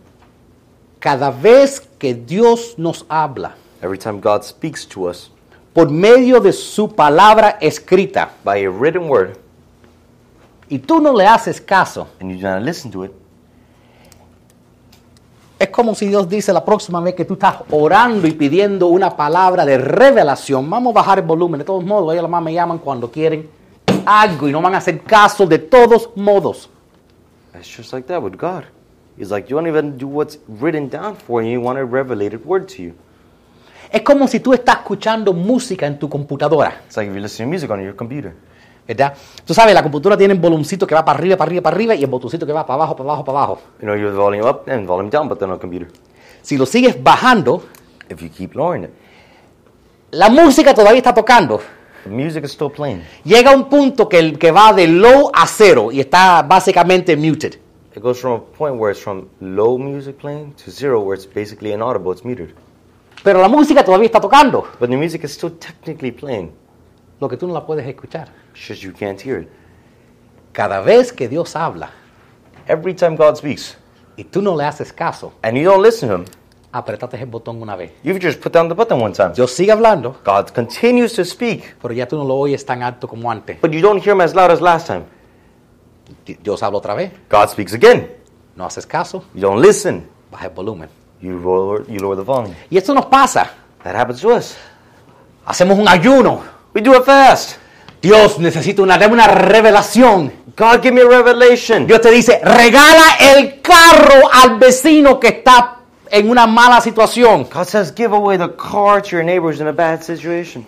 Speaker 1: Cada vez que Dios nos habla
Speaker 2: Every time God speaks to us
Speaker 1: por medio de su palabra escrita
Speaker 2: by a written word
Speaker 1: y tú no le haces caso,
Speaker 2: and you do not listen to it,
Speaker 1: Es como si Dios dice la próxima vez que tú estás orando y pidiendo una palabra de revelación, vamos a bajar el volumen. De todos modos, ellos más me llaman cuando quieren algo y no van a hacer caso de todos modos.
Speaker 2: it's just like that with God. He's like, you don't even do what's written down for you. You want a revelated word to you.
Speaker 1: Es como si tú estás escuchando música en tu computadora,
Speaker 2: It's like if you're listening to music on your computer.
Speaker 1: ¿verdad? Tú sabes, la computadora tiene el volumencito que va para arriba, para arriba, para arriba y el botoncito que va para abajo, para abajo, para abajo.
Speaker 2: You know, you're volume up and volume down, but then on a computer.
Speaker 1: Si lo sigues bajando,
Speaker 2: If you keep lowering it,
Speaker 1: la música todavía está tocando.
Speaker 2: the music is still playing.
Speaker 1: Llega un punto que, el, que va de low a cero y está básicamente muted.
Speaker 2: It goes from a point where it's from low music playing to zero, where it's basically inaudible, it's muted.
Speaker 1: Pero la música todavía está tocando.
Speaker 2: But the music is still technically playing,
Speaker 1: lo que tú no la puedes escuchar.
Speaker 2: it's just you can't hear it.
Speaker 1: Cada vez que Dios habla
Speaker 2: Every time God speaks
Speaker 1: y tú no le haces caso,
Speaker 2: and you don't listen to Him,
Speaker 1: apretate el botón una vez.
Speaker 2: you've just put down the button one time.
Speaker 1: Dios sigue hablando,
Speaker 2: God continues to speak,
Speaker 1: pero ya tú no lo oyes tan alto como antes.
Speaker 2: but you don't hear Him as loud as last time.
Speaker 1: Di- Dios habla otra vez,
Speaker 2: God speaks again.
Speaker 1: no haces caso,
Speaker 2: You don't listen.
Speaker 1: baja el volumen.
Speaker 2: You lower, you lower the volume.
Speaker 1: Y esto nos pasa.
Speaker 2: That happens to us.
Speaker 1: Hacemos un ayuno.
Speaker 2: We do it fast.
Speaker 1: Dios necesita una, dame una revelación.
Speaker 2: God, give me a revelation.
Speaker 1: Dios te dice, regala el carro al vecino que está en una mala situación.
Speaker 2: God says, give away the car to your neighbors in a bad situation.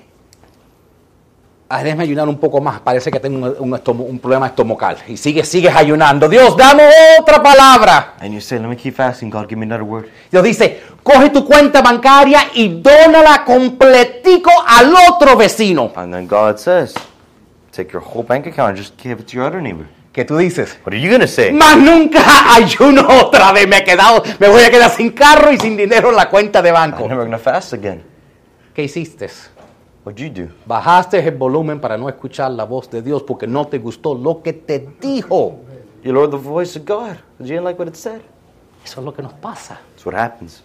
Speaker 1: Ah, déjame ayunar un poco más. Parece que tengo un, un estomo- un problema estomacal. Y sigues, sigues ayunando. Dios, dame otra palabra.
Speaker 2: And you say, let me keep fasting. God, give me another word.
Speaker 1: Dios dice, coge tu cuenta bancaria y dónala completico al otro vecino.
Speaker 2: And then God says, take your whole bank account and just give it to your other neighbor.
Speaker 1: ¿Qué tú dices?
Speaker 2: What are you going to say?
Speaker 1: Más nunca ayuno otra vez. Me he quedado, me voy a quedar sin carro y sin dinero en la cuenta de
Speaker 2: I'm
Speaker 1: banco.
Speaker 2: never going to fast again.
Speaker 1: ¿Qué hiciste?
Speaker 2: What'd you do?
Speaker 1: Bajaste el volumen para no escuchar la voz de Dios porque no te gustó lo que te dijo.
Speaker 2: You lowered the voice of God. You didn't like what it said.
Speaker 1: Eso es lo que nos pasa.
Speaker 2: That's what happens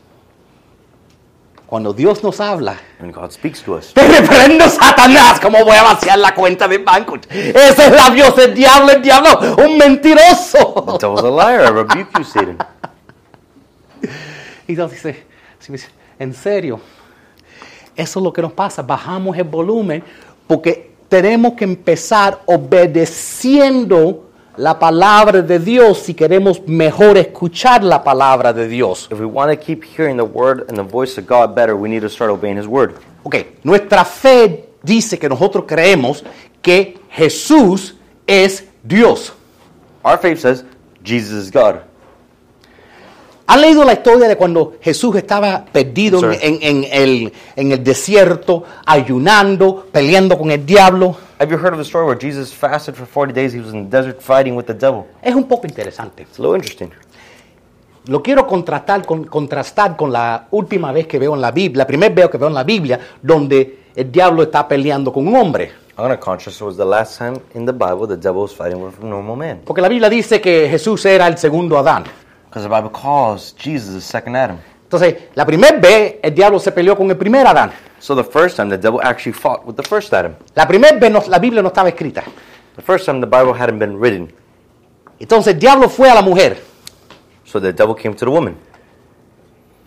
Speaker 1: Cuando Dios nos habla,
Speaker 2: when God speaks to us.
Speaker 1: te reprendo Satanás. ¿Cómo voy a vaciar la cuenta de banco? Ese es la Dios, el diablo, el diablo, un mentiroso.
Speaker 2: The devil's a liar. I rebuke you, Satan.
Speaker 1: Y Dios dice, sí, me dice, en serio, eso es lo que nos pasa, bajamos el volumen porque tenemos que empezar obedeciendo la palabra de Dios si queremos mejor escuchar la palabra de Dios.
Speaker 2: If we want to keep hearing the word and the voice of God better, we need to start obeying his word.
Speaker 1: Ok, nuestra fe dice que nosotros creemos que Jesús es Dios.
Speaker 2: Our faith says Jesus is God.
Speaker 1: ¿Han leído la historia de cuando Jesús estaba perdido
Speaker 2: Sir.
Speaker 1: en, en- en el, en el desierto, ayunando, peleando con el diablo?
Speaker 2: Have you heard of the story where Jesus fasted for 40 days? He was in the desert fighting with the devil.
Speaker 1: Es un poco interesante.
Speaker 2: It's a little interesting.
Speaker 1: Lo quiero contrastar con, contrastar con la última vez que veo en la Biblia, la primera vez que veo en la Biblia, donde el diablo está peleando con un hombre.
Speaker 2: I'm going to contrast it was the last time in the Bible the devil was fighting with a normal man.
Speaker 1: Porque la Biblia dice que Jesús era el segundo Adán.
Speaker 2: Because the Bible calls Jesus the second Adam.
Speaker 1: Entonces, la primera vez el diablo se peleó con el primer Adán.
Speaker 2: So the first time the devil actually fought with the first Adam.
Speaker 1: La primera vez no- la Biblia no estaba escrita.
Speaker 2: The first time the Bible hadn't been written.
Speaker 1: Entonces el diablo fue a la mujer
Speaker 2: So the devil came to the woman.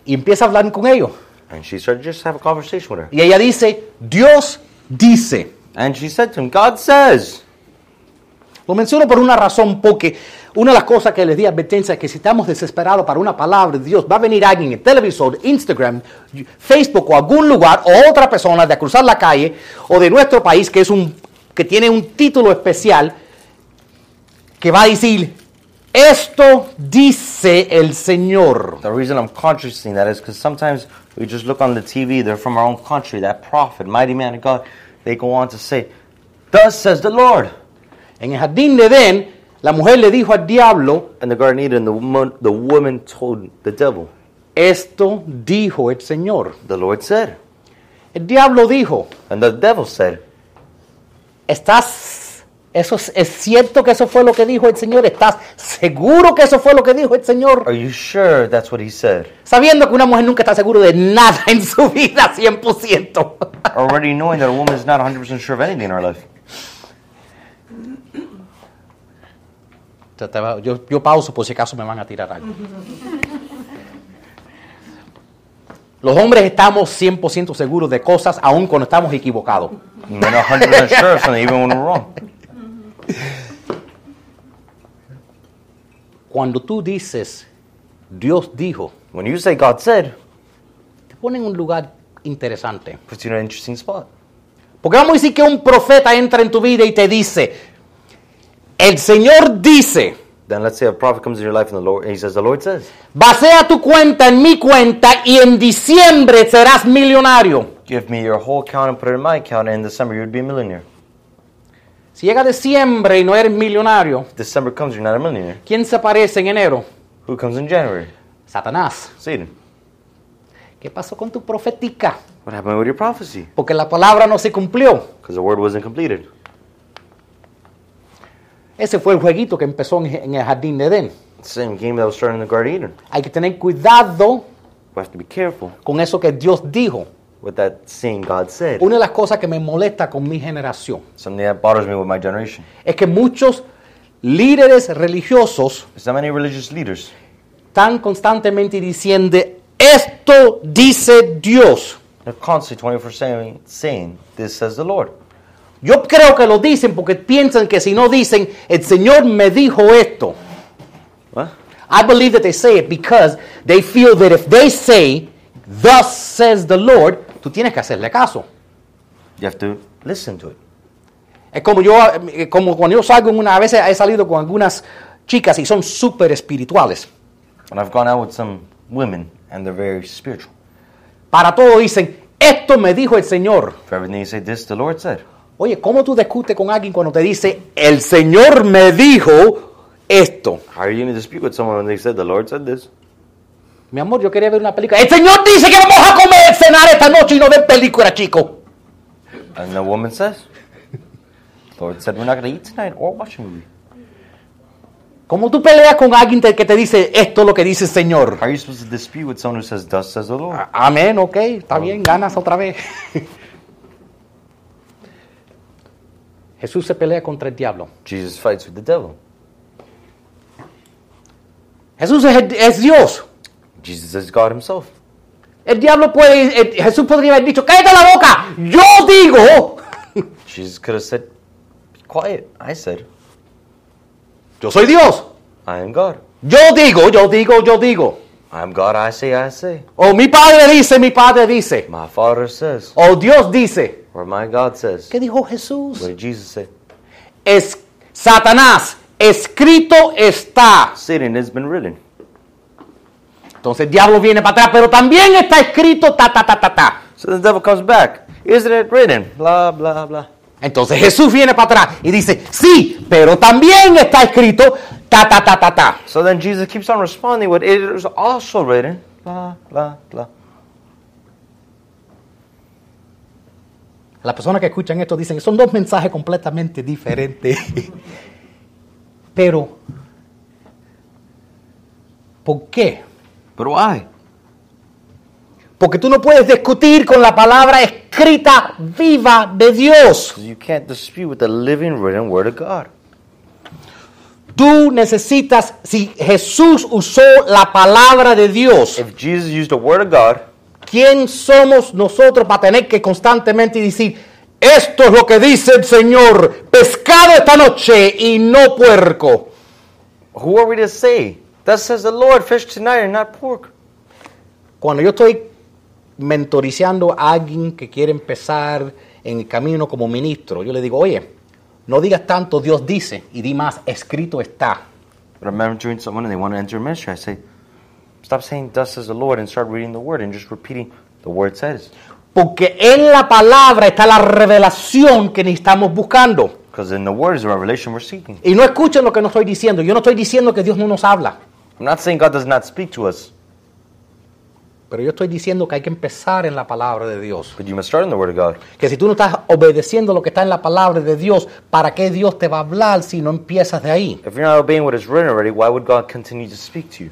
Speaker 1: y empieza a hablar con ellos.
Speaker 2: And she started just to have a conversation with her.
Speaker 1: Y ella dice, Dios dice.
Speaker 2: And she said to him, God says.
Speaker 1: Lo menciono por una razón, porque una de las cosas que les di advertencia es que si estamos desesperados para una palabra de Dios, va a venir alguien en el televisor, Instagram, Facebook o algún lugar, o otra persona de a cruzar la calle, o de nuestro país, que, es un, que tiene un título especial, que va a decir, esto dice el Señor.
Speaker 2: The reason I'm contrasting that is because sometimes we just look on the TV, they're from our own country, that prophet, mighty man of God, they go on to say, Thus says the Lord.
Speaker 1: En el jardín de Edén, la mujer le dijo al diablo,
Speaker 2: And the Garden of Eden, the woman, the woman told the devil,
Speaker 1: esto dijo el Señor.
Speaker 2: The Lord said.
Speaker 1: El diablo dijo,
Speaker 2: And the devil said,
Speaker 1: ¿Estás, eso es, es cierto que eso fue lo que dijo el Señor? ¿Estás seguro que eso fue lo que dijo el Señor?
Speaker 2: Are you sure that's what he said?
Speaker 1: Sabiendo que una mujer nunca está seguro de nada en su vida, 100%.
Speaker 2: Already knowing that a woman is not 100% sure of anything in her life.
Speaker 1: Ya te va- Yo, yo pauso por si acaso me van a tirar algo. Los hombres estamos 100% seguros de cosas, aun cuando estamos equivocados.
Speaker 2: We're not 100% sure of something, even when we're wrong.
Speaker 1: Cuando tú dices, Dios dijo,
Speaker 2: When you say God said,
Speaker 1: te ponen en un lugar interesante.
Speaker 2: puts you in an interesting spot.
Speaker 1: Porque vamos a decir que un profeta entra en tu vida y te dice, el Señor dice,
Speaker 2: Then let's say a prophet comes in your life and the Lord and he says, The Lord says,
Speaker 1: basea tu cuenta en mi cuenta y en diciembre serás millonario.
Speaker 2: Give me your whole account and put it in my account, and in December you'd be a millionaire.
Speaker 1: Si llega diciembre y no eres millonario,
Speaker 2: December comes, you're not a millionaire.
Speaker 1: ¿quién se aparece en enero?
Speaker 2: Who comes in January?
Speaker 1: Satanás.
Speaker 2: Satan.
Speaker 1: ¿Qué pasó con tu profética?
Speaker 2: What happened with your prophecy?
Speaker 1: Porque la palabra no se cumplió.
Speaker 2: Because the word wasn't completed.
Speaker 1: Ese fue el jueguito que empezó en- en el jardín de Edén.
Speaker 2: Same game that was started in the Garden of Eden.
Speaker 1: Hay que tener cuidado
Speaker 2: We have to be careful
Speaker 1: con eso que Dios dijo.
Speaker 2: with that saying God said.
Speaker 1: Una de las cosas que me molesta con mi generación
Speaker 2: Something that bothers me with my generation.
Speaker 1: es que muchos líderes religiosos
Speaker 2: There's not many religious leaders
Speaker 1: están constantemente diciendo, esto dice Dios.
Speaker 2: They're constantly 24 7 saying, This says the Lord.
Speaker 1: Yo creo que lo dicen porque piensan que si no dicen, el Señor me dijo esto.
Speaker 2: What?
Speaker 1: I believe that they say it because they feel that if they say, thus says the Lord, tú tienes que hacerle caso.
Speaker 2: You have to listen to it.
Speaker 1: Es como yo, eh, como cuando yo salgo en una, a veces he salido con algunas chicas y son súper espirituales.
Speaker 2: When I've gone out with some women and they're very spiritual.
Speaker 1: Para todo dicen, esto me dijo el Señor.
Speaker 2: For everything you say, this the Lord said.
Speaker 1: Oye, ¿cómo tú discutes con alguien cuando te dice, el Señor me dijo esto?
Speaker 2: How are you going to dispute with someone when they said, The Lord said this?
Speaker 1: Mi amor, yo quería ver una película. El Señor dice que vamos a comer, cenar esta noche y no ver película, chico.
Speaker 2: And the woman says, Lord said, We're not going to eat tonight or watch a movie.
Speaker 1: Como tú peleas con alguien te- que te dice, esto es lo que dice el Señor.
Speaker 2: How are you supposed to dispute with someone who says, Thus says the Lord?
Speaker 1: Amén, ok, está bien, ganas otra vez. Jesús se pelea contra el diablo.
Speaker 2: Jesus fights with the devil.
Speaker 1: Jesús es, el- es Dios.
Speaker 2: Jesus is God himself.
Speaker 1: El diablo puede, el- Jesús podría haber dicho, cállate la boca, yo digo,
Speaker 2: Jesus could have said, Be quiet. I said,
Speaker 1: yo soy Dios.
Speaker 2: I am God.
Speaker 1: Yo digo, yo digo, yo digo.
Speaker 2: I am God. I say, I say.
Speaker 1: O mi padre dice, mi padre dice.
Speaker 2: My Father says,
Speaker 1: O Dios dice.
Speaker 2: or my God says.
Speaker 1: ¿Qué dijo Jesús?
Speaker 2: What did Jesus say?
Speaker 1: es Satanás, escrito está.
Speaker 2: Satan has been written.
Speaker 1: Entonces el diablo viene para atrás, pero también está escrito ta, ta, ta, ta, ta.
Speaker 2: So the devil comes back. Isn't it written? Blah, blah, blah.
Speaker 1: Entonces Jesús viene para atrás y dice, sí, pero también está escrito ta, ta, ta, ta, ta.
Speaker 2: So then Jesus keeps on responding with, It is also written. Blah, blah, blah.
Speaker 1: Las personas que escuchan esto dicen, son dos mensajes completamente diferentes. Pero, ¿por qué?
Speaker 2: But why?
Speaker 1: Porque tú no puedes discutir con la palabra escrita viva de Dios.
Speaker 2: 'Cause You can't dispute with the living, written word of God.
Speaker 1: Tú necesitas, si Jesús usó la palabra de Dios,
Speaker 2: If Jesus used the word of God,
Speaker 1: ¿quién somos nosotros para tener que constantemente decir, esto es lo que dice el Señor, pescado esta noche y no puerco?
Speaker 2: who are we to say? Thus says the Lord, fish tonight and not pork.
Speaker 1: Cuando yo estoy mentorizando a alguien que quiere empezar en el camino como ministro, yo le digo, oye, no digas tanto Dios dice y di más, escrito está.
Speaker 2: But I'm mentoring someone and they want to enter ministry. I say, stop saying, Thus says the Lord, and start reading the word and just repeating the word says.
Speaker 1: Porque en la palabra está la revelación que necesitamos buscando.
Speaker 2: Because in the word is the revelation we're seeking.
Speaker 1: Y no escuchen lo que no estoy diciendo. Yo no estoy diciendo que Dios no nos habla.
Speaker 2: I'm not saying God does not speak to us,
Speaker 1: Pero yo estoy diciendo que hay que empezar en la palabra de Dios.
Speaker 2: but you must start in the word of God.
Speaker 1: Que si tú no estás obedeciendo lo que está en la palabra de Dios, ¿para qué Dios te va a hablar si no empiezas de ahí?
Speaker 2: If you're not obeying what is written already, why would God continue to speak to you?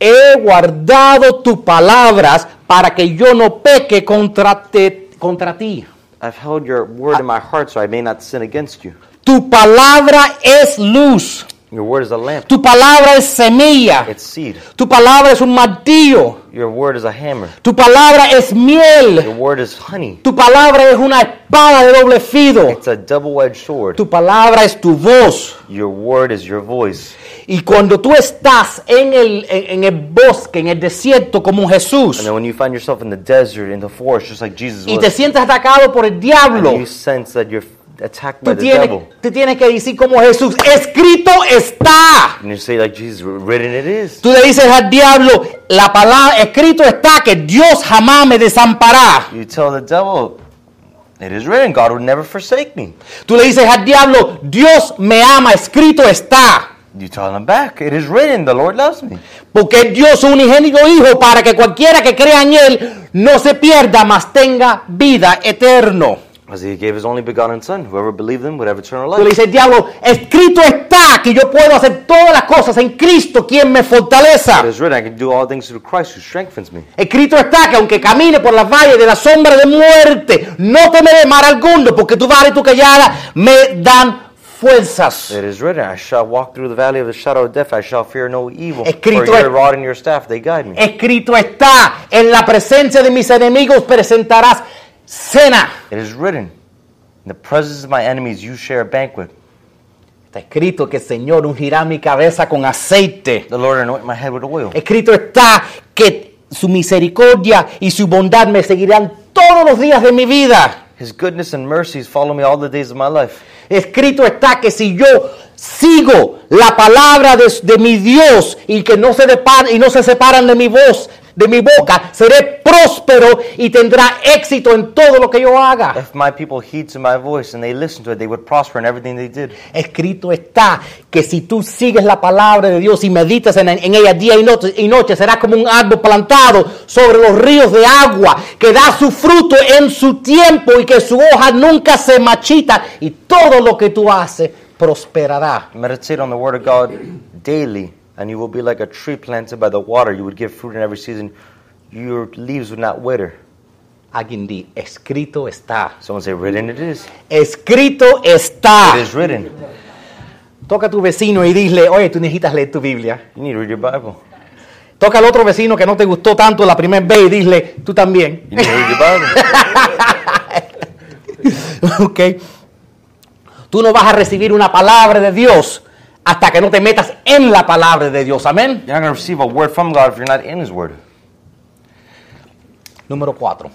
Speaker 1: He guardado tus palabras para que yo no peque contra, te- contra ti.
Speaker 2: I've held your word in my heart so I may not sin against you.
Speaker 1: Tu palabra es luz.
Speaker 2: Your word is a lamp,
Speaker 1: Tu palabra es semilla.
Speaker 2: it's seed.
Speaker 1: Tu palabra es un martillo.
Speaker 2: Your word is a hammer.
Speaker 1: Tu palabra es miel.
Speaker 2: Your word is honey.
Speaker 1: Tu palabra es una espada de doble filo.
Speaker 2: It's a double-edged sword.
Speaker 1: Tu palabra es tu voz.
Speaker 2: Your word is your voice.
Speaker 1: Y cuando tú estás en el, en, en el bosque, en el desierto, como
Speaker 2: And
Speaker 1: Jesús,
Speaker 2: then when you find yourself in the desert, in the forest, just like Jesus
Speaker 1: y te
Speaker 2: was,
Speaker 1: sientes atacado por el diablo,
Speaker 2: and you sense that you're attacked by
Speaker 1: tú
Speaker 2: the
Speaker 1: tienes,
Speaker 2: devil,
Speaker 1: tú tienes que decir como Jesús, escrito está.
Speaker 2: and you say like Jesus, written it is.
Speaker 1: Tú le dices al diablo, la palabra, escrito está que Dios jamás me desamparará.
Speaker 2: You tell the devil, it is written, God will never forsake me.
Speaker 1: Tú le dices al diablo, Dios me ama, escrito está.
Speaker 2: You tell him back, it is written, the Lord loves me.
Speaker 1: Porque Él dio su unigénito Hijo para que cualquiera que crea en Él no se pierda, mas tenga vida eterno.
Speaker 2: As he gave his only begotten son, whoever believed him would have eternal
Speaker 1: Tú le
Speaker 2: life.
Speaker 1: dices, diablo, escrito está que yo puedo hacer todas las cosas en Cristo, quien me
Speaker 2: It
Speaker 1: fortaleza.
Speaker 2: is written, I can do all things through Christ who strengthens me.
Speaker 1: Escrito está que aunque camine por las valles de la sombra de muerte, no temeré mal alguno, porque tu vara y tu callada me dan fuerzas.
Speaker 2: It is written, I shall walk through the valley of the shadow of death, I shall fear no evil.
Speaker 1: Escrito
Speaker 2: For
Speaker 1: es-
Speaker 2: your rod and your staff, they guide me.
Speaker 1: Escrito está, en la presencia de mis enemigos presentarás cena.
Speaker 2: It is written, in the presence of my enemies you share a banquet.
Speaker 1: Está escrito que el Señor ungirá mi cabeza con aceite.
Speaker 2: The Lord anoint my head with oil.
Speaker 1: Escrito está que su misericordia y su bondad me seguirán todos los días de mi vida.
Speaker 2: His goodness and mercies follow me all the days of my life.
Speaker 1: Escrito está que si yo sigo la palabra de, de mi Dios y que no se depar- y no se separan de mi voz, de mi boca, seré próspero y tendrá éxito en todo lo que yo haga.
Speaker 2: If my people heed to my voice and they listen to it, they would prosper in everything they did.
Speaker 1: Escrito está que si tú sigues la palabra de Dios y meditas en, en ella día y noche, y noche, serás como un árbol plantado sobre los ríos de agua, que da su fruto en su tiempo y que su hoja nunca se machita y todo lo que tú haces prosperará.
Speaker 2: Meditate on the word of God daily, and you will be like a tree planted by the water. You would give fruit in every season. Your leaves would not wither.
Speaker 1: Alguien di, escrito está.
Speaker 2: Someone say, written it is.
Speaker 1: Escrito está.
Speaker 2: It is written.
Speaker 1: Toca a tu vecino y dile, oye, tú necesitas leer tu Biblia.
Speaker 2: You need to read your Bible.
Speaker 1: Toca al otro vecino que no te gustó tanto la primera vez y dile, tú también.
Speaker 2: You need to read your Bible.
Speaker 1: ¿Ok? Tú no vas a recibir una palabra de Dios hasta que no te metas en la palabra de Dios. Amén.
Speaker 2: You're not going to receive a word from God if you're not in His word.
Speaker 1: Número cuatro.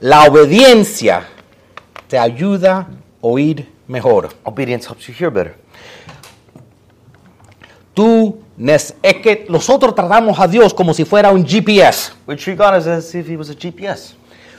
Speaker 1: La obediencia te ayuda a oír mejor.
Speaker 2: Obedience helps you hear better.
Speaker 1: Tú nes- es que nosotros tratamos a Dios como si fuera un GPS.
Speaker 2: We treat God as, as if He was a GPS.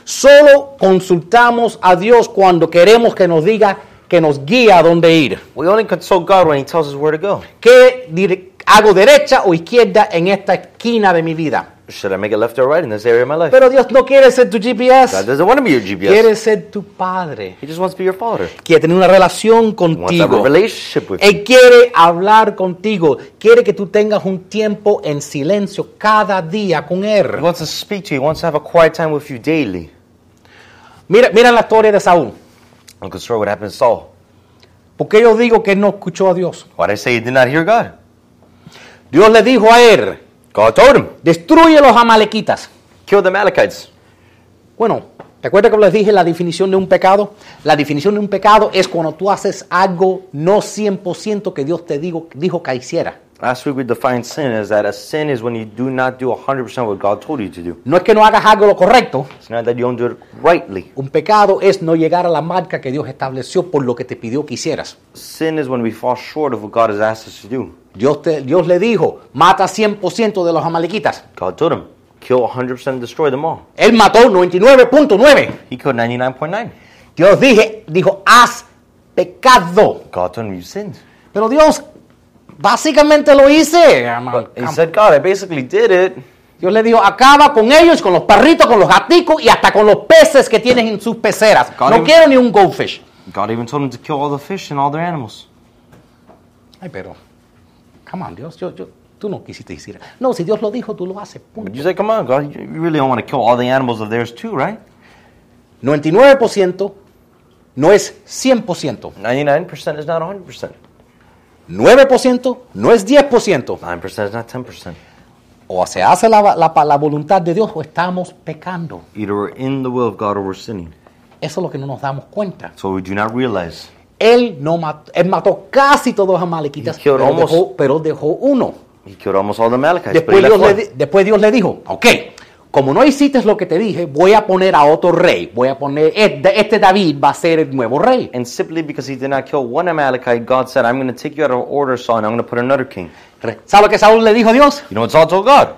Speaker 1: Solo consultamos a Dios cuando queremos que nos diga, que nos guía a dónde ir.
Speaker 2: We only consult God when He tells us where to go.
Speaker 1: ¿Qué dire- hago derecha o izquierda en esta esquina de mi vida?
Speaker 2: Should I make it left or right in this area of my life?
Speaker 1: Pero Dios no quiere ser tu
Speaker 2: God
Speaker 1: GPS,
Speaker 2: doesn't want to be your GPS.
Speaker 1: quiere ser tu padre.
Speaker 2: He just wants to be your father.
Speaker 1: Quiere tener una relación
Speaker 2: He wants to have a
Speaker 1: contigo.
Speaker 2: relationship with you.
Speaker 1: Él quiere hablar contigo. Quiere que tú tengas un tiempo en silencio cada día con
Speaker 2: He
Speaker 1: Él.
Speaker 2: wants to speak to you. He wants to have a quiet time with you daily.
Speaker 1: Mira, mira la historia de Saúl.
Speaker 2: I'm concerned what happened to Saul.
Speaker 1: Porque yo digo que él no escuchó a Dios.
Speaker 2: Why did I say he did not hear God?
Speaker 1: Dios le dijo a él,
Speaker 2: God told him,
Speaker 1: destruye los amalequitas.
Speaker 2: kill the Amalekites.
Speaker 1: Bueno, ¿te acuerdas que les dije la definición de un pecado? La definición de un pecado es cuando tú haces algo no 100% que Dios te digo- dijo que hiciera.
Speaker 2: Last week we defined sin as that a sin is when you do not do 100% what God told you to do.
Speaker 1: No es que no hagas algo lo correcto.
Speaker 2: It's not that you don't do it rightly.
Speaker 1: Un pecado es no llegar a la marca que Dios estableció por lo que te pidió que hicieras.
Speaker 2: Sin is when we fall short of what God has asked us to do.
Speaker 1: Dios, te- Dios le dijo, mata 100% de los amalequitas.
Speaker 2: God told him, kill 100%, destroy them all.
Speaker 1: Él mató 99.9.
Speaker 2: He killed 99.9.
Speaker 1: Dios dije, dijo, has pecado.
Speaker 2: God told him, you sinned.
Speaker 1: Pero Dios, básicamente lo hice.
Speaker 2: He said, God, I basically did it.
Speaker 1: Dios le dijo, acaba con ellos, con los perritos, con los gaticos y hasta con los peces que tienes en sus peceras.
Speaker 2: Con
Speaker 1: no
Speaker 2: el-
Speaker 1: quiero ni un goldfish.
Speaker 2: God even told him to kill all the fish and all their animals.
Speaker 1: Ay, pero, come on, Dios, yo, yo, tú no quisiste decir. No, si Dios lo dijo, tú lo haces. punto.
Speaker 2: You say, come on, God, you you really don't want to kill all the animals of theirs too, right?
Speaker 1: 99% no es 100%.
Speaker 2: 99% is not 100%.
Speaker 1: 9% no es 10%.
Speaker 2: 9% is not 10%.
Speaker 1: O se hace la, la- la voluntad de Dios o estamos pecando.
Speaker 2: Either we're in the will of God or we're sinning.
Speaker 1: Eso es lo que no nos damos cuenta.
Speaker 2: So we do not realize.
Speaker 1: Él, no mató, él mató casi todos los amalequitas,
Speaker 2: Y que
Speaker 1: pero
Speaker 2: oramos.
Speaker 1: dejó, pero dejó uno.
Speaker 2: He killed almost all the Amalekites.
Speaker 1: Después Dios, le,
Speaker 2: but he
Speaker 1: di-
Speaker 2: left one.
Speaker 1: después Dios le dijo, ok, como no hiciste lo que te dije, voy a poner a otro rey. Voy a poner, este este David va a ser el nuevo rey.
Speaker 2: And simply because he did not kill one Amalekite, God said, I'm going to take you out of order, Saul, and I'm going to put another king.
Speaker 1: Re- ¿Sabe lo que Saúl le dijo a Dios?
Speaker 2: You know what Saul told God?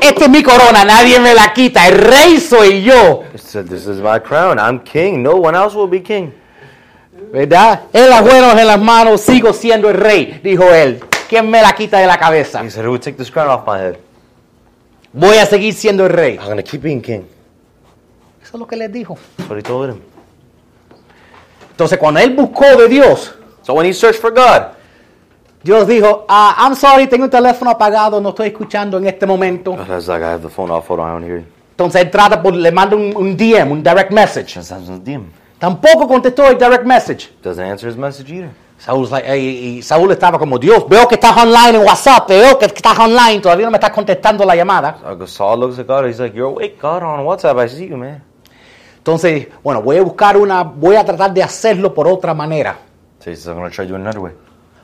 Speaker 1: Esta "Este es mi corona, nadie me la quita, el rey soy yo.
Speaker 2: He said, This is my crown. I'm king. No one else will be king.
Speaker 1: ¿Verdad? En las buenas, en las manos, sigo siendo el rey, dijo él. ¿Quién me la quita de la cabeza?
Speaker 2: He said, Who would take this crown off my head?
Speaker 1: Voy a seguir siendo el rey.
Speaker 2: I'm going to keep being king.
Speaker 1: Eso es lo que les dijo.
Speaker 2: That's what he told him.
Speaker 1: Entonces, cuando él buscó de Dios,
Speaker 2: So when he searched for God,
Speaker 1: Dios dijo, ah, I'm sorry, tengo un teléfono apagado, no estoy escuchando en este momento.
Speaker 2: God was like, I have the phone off. Hold on, I don't hear you.
Speaker 1: Entonces él trata por, le manda un, un DM, un direct message.
Speaker 2: Just has no dim.
Speaker 1: Tampoco contestó el direct message.
Speaker 2: Doesn't answer his message either.
Speaker 1: Saúl, like, "Ey", y Saúl estaba como, Dios, veo que estás online en WhatsApp, veo que estás online, todavía no me estás contestando la llamada.
Speaker 2: I go, Saul looks at God. He's like, You're awake, God, on WhatsApp. I see you, man.
Speaker 1: Entonces, bueno, voy a buscar una, voy a tratar de hacerlo por otra manera.
Speaker 2: So he says, I'm going to try doing another way.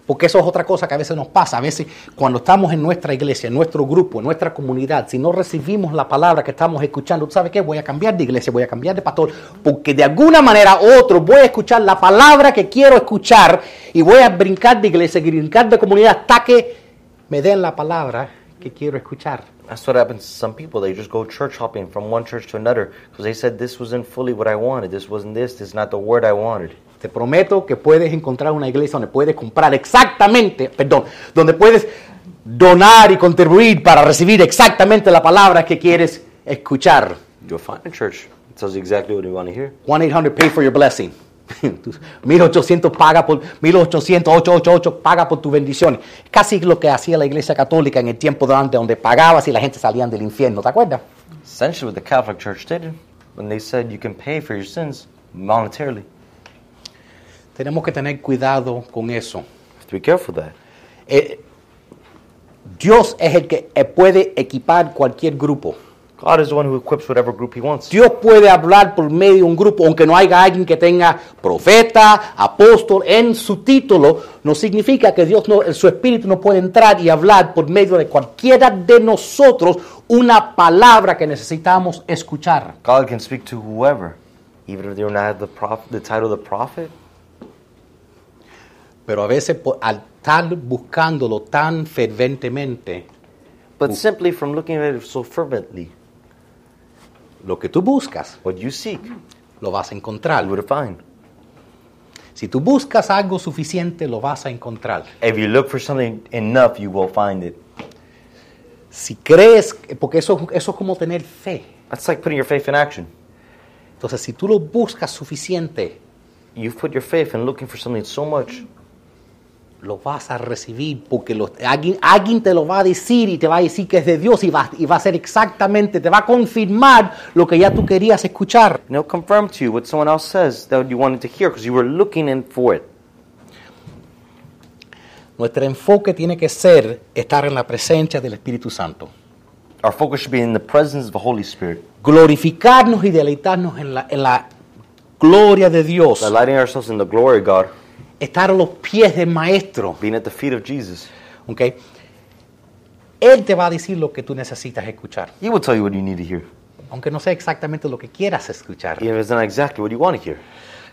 Speaker 1: Porque eso es otra cosa que a veces nos pasa. A veces cuando estamos en nuestra iglesia, en nuestro grupo, en nuestra comunidad, si no recibimos la palabra que estamos escuchando, ¿tú ¿sabes qué? Voy a cambiar de iglesia, voy a cambiar de pastor, porque de alguna manera u otro voy a escuchar la palabra que quiero escuchar y voy a brincar de iglesia, brincar de comunidad hasta que me den la palabra que quiero escuchar.
Speaker 2: That's what happens to some people. They just go church hopping from one church to another because they said this wasn't fully what I wanted. This wasn't this. This is not the word I wanted.
Speaker 1: Te prometo que puedes encontrar una iglesia donde puedes comprar exactamente, perdón, donde puedes donar y contribuir para recibir exactamente la palabra que quieres escuchar.
Speaker 2: You'll find a church that tells you exactly what you want to hear.
Speaker 1: 1-800 pay for your blessing. 1800 paga por 1800 888 paga por tus bendiciones. Casi lo que hacía la iglesia católica en el tiempo de antes donde pagabas y la gente salía del infierno, ¿te acuerdas?
Speaker 2: Essentially, what the Catholic Church did when they said you can pay for your sins monetarily.
Speaker 1: Tenemos que tener cuidado con eso.
Speaker 2: You have to be careful with that.
Speaker 1: Eh, Dios es el que eh, puede equipar cualquier grupo.
Speaker 2: God is the one who equips whatever group He wants.
Speaker 1: Dios puede hablar por medio de un grupo, aunque no haya alguien que tenga profeta, apóstol en su título, no significa que Dios no, su espíritu no puede entrar y hablar por medio de cualquiera de nosotros una palabra que necesitamos escuchar.
Speaker 2: God can speak to whoever, even if they do not have the, prof- the title of the prophet.
Speaker 1: Pero a veces po- al estar buscándolo tan ferventemente,
Speaker 2: But simply from looking at it so fervently,
Speaker 1: lo que tú buscas
Speaker 2: what you seek,
Speaker 1: lo vas a
Speaker 2: you
Speaker 1: encontrar.
Speaker 2: would find.
Speaker 1: Si tú buscas algo suficiente, lo vas a encontrar.
Speaker 2: If you look for something enough, you will find it.
Speaker 1: Si crees, porque eso, eso es como tener fe.
Speaker 2: That's like putting your faith in action.
Speaker 1: Entonces, si tú lo buscas suficiente,
Speaker 2: You've put your faith in looking for something so much.
Speaker 1: lo vas a recibir porque lo- alguien, alguien te lo va a decir y te va a decir que es de Dios y va, y va a ser exactamente, te va a confirmar lo que ya tú querías escuchar.
Speaker 2: And it'll confirm to you what someone else says that you wanted to hear because you were looking in for it.
Speaker 1: Nuestro enfoque tiene que ser estar en la presencia del Espíritu Santo,
Speaker 2: Our focus should be in the presence of the Holy Spirit,
Speaker 1: glorificarnos y deleitarnos en la, en la gloria de Dios,
Speaker 2: delighting ourselves in the glory of God,
Speaker 1: estar a los pies del Maestro.
Speaker 2: being at the feet of Jesus.
Speaker 1: ¿ok? Él te va a decir lo que tú necesitas escuchar,
Speaker 2: He will tell you what you need to hear,
Speaker 1: aunque no sea exactamente lo que quieras escuchar.
Speaker 2: even if it's not exactly what you want to hear.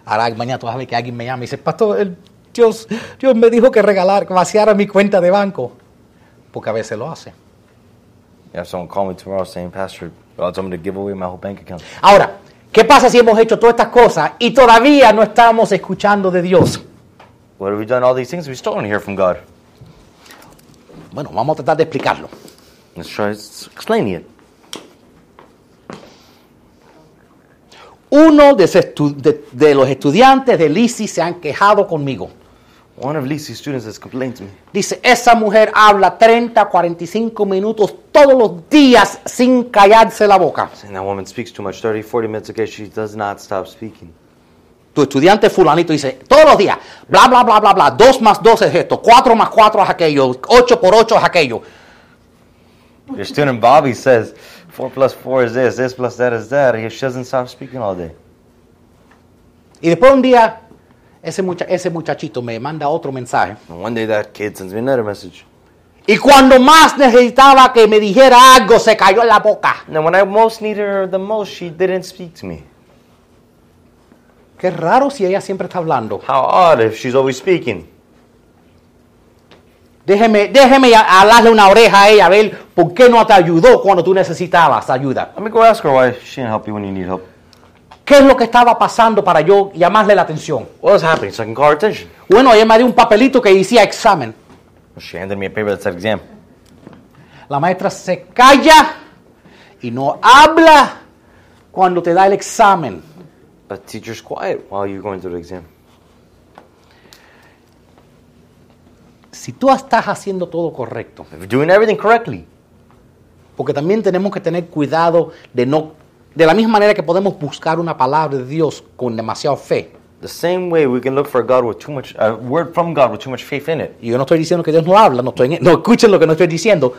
Speaker 1: Ahora mañana tú vas a ver que alguien me llama y dice, pastor, el Dios, Dios me dijo que regalar, que vaciara mi cuenta de banco. Porque a veces lo hace.
Speaker 2: You have someone call me tomorrow saying, Pastor, God told me to give away my whole bank account.
Speaker 1: Ahora, ¿qué pasa si hemos hecho todas estas cosas y todavía no estamos escuchando de Dios?
Speaker 2: What have we done? All these things we still don't hear from God.
Speaker 1: Bueno, vamos a tratar de explicarlo.
Speaker 2: Let's try s- explaining it.
Speaker 1: Uno de, ese estu- de- de los estudiantes de Lisi se han quejado conmigo.
Speaker 2: One of Lisi's students has complained to me.
Speaker 1: Dice, esa mujer habla 30, 45 minutos todos los días sin callarse la boca.
Speaker 2: Saying that woman speaks too much. 30, 40 minutes ago, she does not stop speaking.
Speaker 1: Tu estudiante fulanito dice, todos los días, bla, bla, bla, bla, bla, 2 más 2 es esto, 4 más 4 es aquello, 8 por 8 es aquello.
Speaker 2: Your student Bobby says, 4 plus 4 is this, this plus that is that. He- She doesn't stop speaking all day.
Speaker 1: Y después un día, ese, mucha- ese muchachito me manda otro mensaje.
Speaker 2: And one day, that kid sends me another message.
Speaker 1: Y cuando más necesitaba que me dijera algo, se cayó en la boca.
Speaker 2: Now, when I most needed her the most, she didn't speak to me.
Speaker 1: Qué raro si ella siempre está hablando.
Speaker 2: How odd if she's always speaking.
Speaker 1: Déjeme, déjeme a- hablarle una oreja a ella, a ver por qué no te ayudó cuando tú necesitabas ayuda.
Speaker 2: Let me go ask her why she didn't help you when you need help.
Speaker 1: ¿Qué es lo que estaba pasando para yo llamarle la atención?
Speaker 2: What was happening so I can call her attention?
Speaker 1: Bueno, ella me dio un papelito que decía examen.
Speaker 2: She handed me a paper that said exam.
Speaker 1: La maestra se calla y no habla cuando te da el examen.
Speaker 2: A teacher's quiet while you're going through the exam.
Speaker 1: Si tú estás haciendo todo correcto,
Speaker 2: If you're doing everything correctly,
Speaker 1: porque también tenemos que tener cuidado de no, de la misma manera que podemos buscar una palabra de Dios con demasiada fe.
Speaker 2: the same way we can look for God with too much, a word from God with too much faith in it.
Speaker 1: Y yo no estoy diciendo que Dios no habla, no, estoy en- no escuchen lo que no estoy diciendo,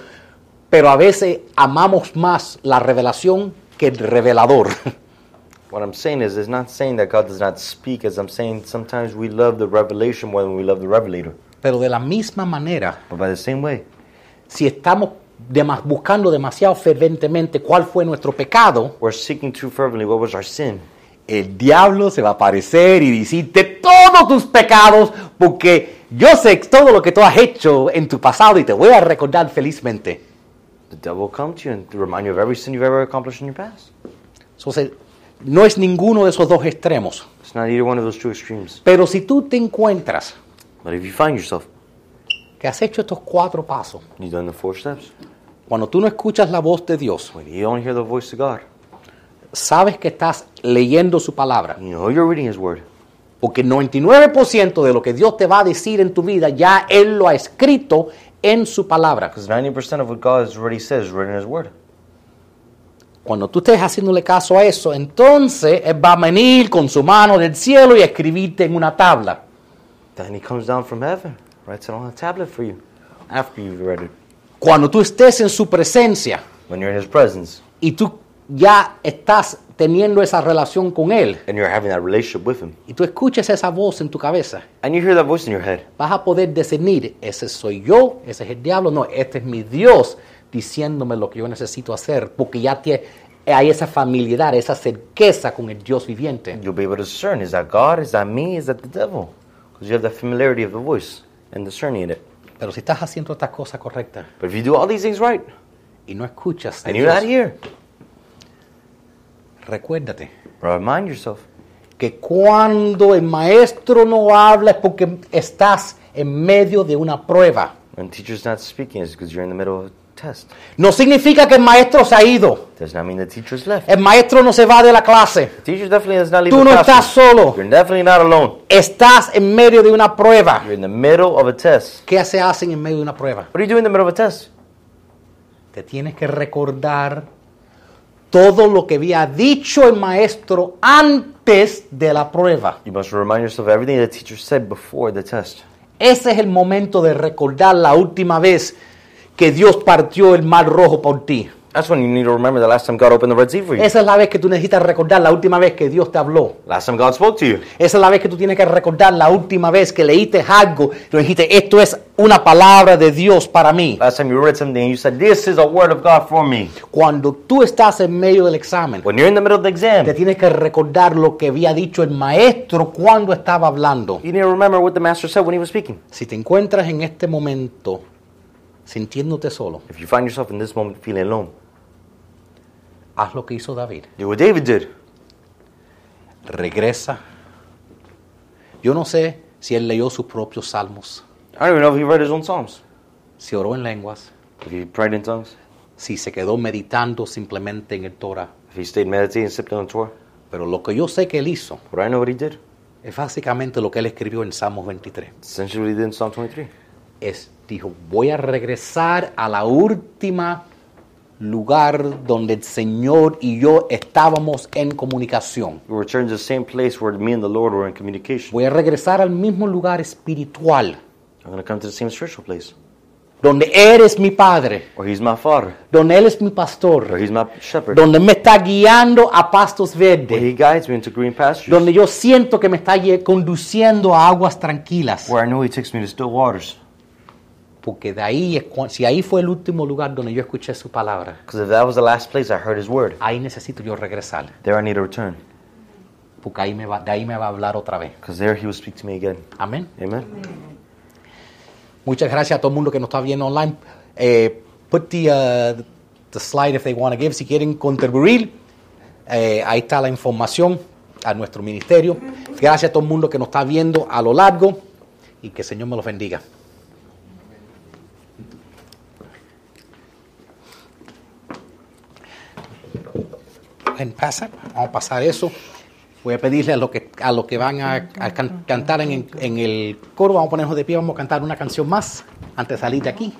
Speaker 1: pero a veces amamos más la revelación que el revelador.
Speaker 2: What I'm saying is, it's not saying that God does not speak, as I'm saying sometimes we love the revelation more than we love the revelator.
Speaker 1: Pero de la misma manera,
Speaker 2: But by the same way,
Speaker 1: si estamos demas- buscando demasiado ferventemente cuál fue nuestro pecado,
Speaker 2: we're seeking too fervently what was our sin.
Speaker 1: el diablo se va a aparecer y decirte todos tus pecados, porque yo sé todo lo que tú has hecho en tu pasado y te voy a recordar felizmente.
Speaker 2: The devil will come to you and remind you of every sin you've ever accomplished in your past.
Speaker 1: Entonces, no es ninguno de esos dos extremos.
Speaker 2: It's not either one of those two extremes.
Speaker 1: Pero si tú te encuentras
Speaker 2: But if you find yourself,
Speaker 1: que has hecho estos cuatro pasos,
Speaker 2: you've done the four steps.
Speaker 1: cuando tú no escuchas la voz de Dios,
Speaker 2: When you don't hear the voice of God,
Speaker 1: sabes que estás leyendo su palabra,
Speaker 2: you know you're reading His Word.
Speaker 1: porque el 99% de lo que Dios te va a decir en tu vida ya Él lo ha escrito en su palabra.
Speaker 2: Because 90% of what God has already said is written in His Word.
Speaker 1: Cuando tú estés haciéndole caso a eso, entonces Él va a venir con su mano del cielo y escribirte en una tabla.
Speaker 2: Then He comes down from heaven, writes it on a tablet for you after you've read it.
Speaker 1: Cuando tú estés en su presencia
Speaker 2: When you're in His presence
Speaker 1: y tú ya estás teniendo esa relación con Él
Speaker 2: and you're having that relationship with Him,
Speaker 1: y tú escuches esa voz en tu cabeza,
Speaker 2: and you hear that voice in your head,
Speaker 1: vas a poder discernir, ese soy yo, ese es el diablo, no, este es mi Dios diciéndome lo que yo necesito hacer, porque ya tie- hay esa familiaridad, esa certeza con el Dios viviente.
Speaker 2: you'll be able to discern is that God, is that me, is that the devil? 'Cause Because you have the familiarity of the voice and discerning in it.
Speaker 1: Pero si estás haciendo estas cosas correctas
Speaker 2: But if you do all these things right,
Speaker 1: y no escuchas, de
Speaker 2: and you're not
Speaker 1: Dios,
Speaker 2: here,
Speaker 1: recuérdate
Speaker 2: remind yourself.
Speaker 1: que cuando el maestro no habla es porque estás en medio de una prueba.
Speaker 2: When the teacher's not speaking, it's because you're in the middle of a test.
Speaker 1: No significa que el maestro se ha ido.
Speaker 2: Does not mean the teacher's left.
Speaker 1: El maestro no se va de la clase.
Speaker 2: The teacher definitely does not leave
Speaker 1: Tú
Speaker 2: the
Speaker 1: no
Speaker 2: classroom.
Speaker 1: estás solo.
Speaker 2: You're definitely not alone.
Speaker 1: Estás en medio de una prueba.
Speaker 2: You're in the middle of a test.
Speaker 1: ¿Qué se hacen en medio de una prueba?
Speaker 2: What do you do in the middle of a test?
Speaker 1: Te tienes que recordar todo lo que había dicho el maestro antes de la prueba.
Speaker 2: You must remind yourself of everything the teacher said before the test.
Speaker 1: Ese es el momento de recordar la última vez que Dios partió el mar rojo por ti.
Speaker 2: That's when you need to remember the last time God opened the Red Sea for you.
Speaker 1: Esa es la vez que tú necesitas recordar la última vez que Dios te habló.
Speaker 2: Last time God spoke to you.
Speaker 1: Esa es la vez que tú tienes que recordar la última vez que leíste algo. Lo dijiste, esto es una palabra de Dios para mí.
Speaker 2: Last time you read something and you said, This is a word of God for me.
Speaker 1: Cuando tú estás en medio del examen,
Speaker 2: When you're in the middle of the exam,
Speaker 1: te tienes que recordar lo que había dicho el maestro cuando estaba hablando.
Speaker 2: you need to remember what the master said when he was speaking.
Speaker 1: Si te encuentras en este momento sintiéndote solo,
Speaker 2: If you find yourself in this moment feeling alone,
Speaker 1: haz lo que hizo David.
Speaker 2: do what David did.
Speaker 1: Regresa. Yo no sé si él leyó sus propios salmos,
Speaker 2: I don't even know if he read his own Psalms.
Speaker 1: si oró en lenguas,
Speaker 2: If he prayed in tongues,
Speaker 1: si se quedó meditando simplemente en el Torah.
Speaker 2: if he stayed meditating and sipped on Torah.
Speaker 1: Pero lo que yo sé que él hizo
Speaker 2: But I know what he did.
Speaker 1: es básicamente lo que él escribió en Salmos 23.
Speaker 2: Essentially, what he did in Psalm 23.
Speaker 1: Es, dijo, voy a regresar a la última lugar donde el Señor y yo estábamos en comunicación.
Speaker 2: We returned to the same place where me and the Lord were in communication.
Speaker 1: Voy a regresar al mismo lugar espiritual,
Speaker 2: I'm going to come to the same spiritual place
Speaker 1: donde eres mi Padre,
Speaker 2: where he's my father,
Speaker 1: donde Él es mi
Speaker 2: where
Speaker 1: pastor,
Speaker 2: he's my shepherd,
Speaker 1: donde me está guiando a pastos
Speaker 2: where
Speaker 1: verdes,
Speaker 2: he guides me into green pastures,
Speaker 1: donde yo siento que me está lle- conduciendo a aguas tranquilas.
Speaker 2: where I know he takes me to still waters.
Speaker 1: Porque de ahí, es cua- si ahí fue el último lugar donde yo escuché su palabra,
Speaker 2: Because if that was the last place I heard his word,
Speaker 1: ahí necesito yo regresar,
Speaker 2: there I need to return.
Speaker 1: porque ahí me va, de ahí me va a hablar otra vez.
Speaker 2: Because there he will speak to me again.
Speaker 1: Amén.
Speaker 2: Amen.
Speaker 1: Muchas gracias a todo el mundo que nos está viendo online. Eh, put the, uh, the slide if they want to give. Si quieren contribuir, eh, ahí está la información a nuestro ministerio. Gracias a todo el mundo que nos está viendo a lo largo y que el Señor me los bendiga. En pasa, vamos a pasar eso. Voy a pedirle a los que, a los que van a, a can- cantar en, en el coro, vamos a ponernos de pie, vamos a cantar una canción más antes de salir de aquí.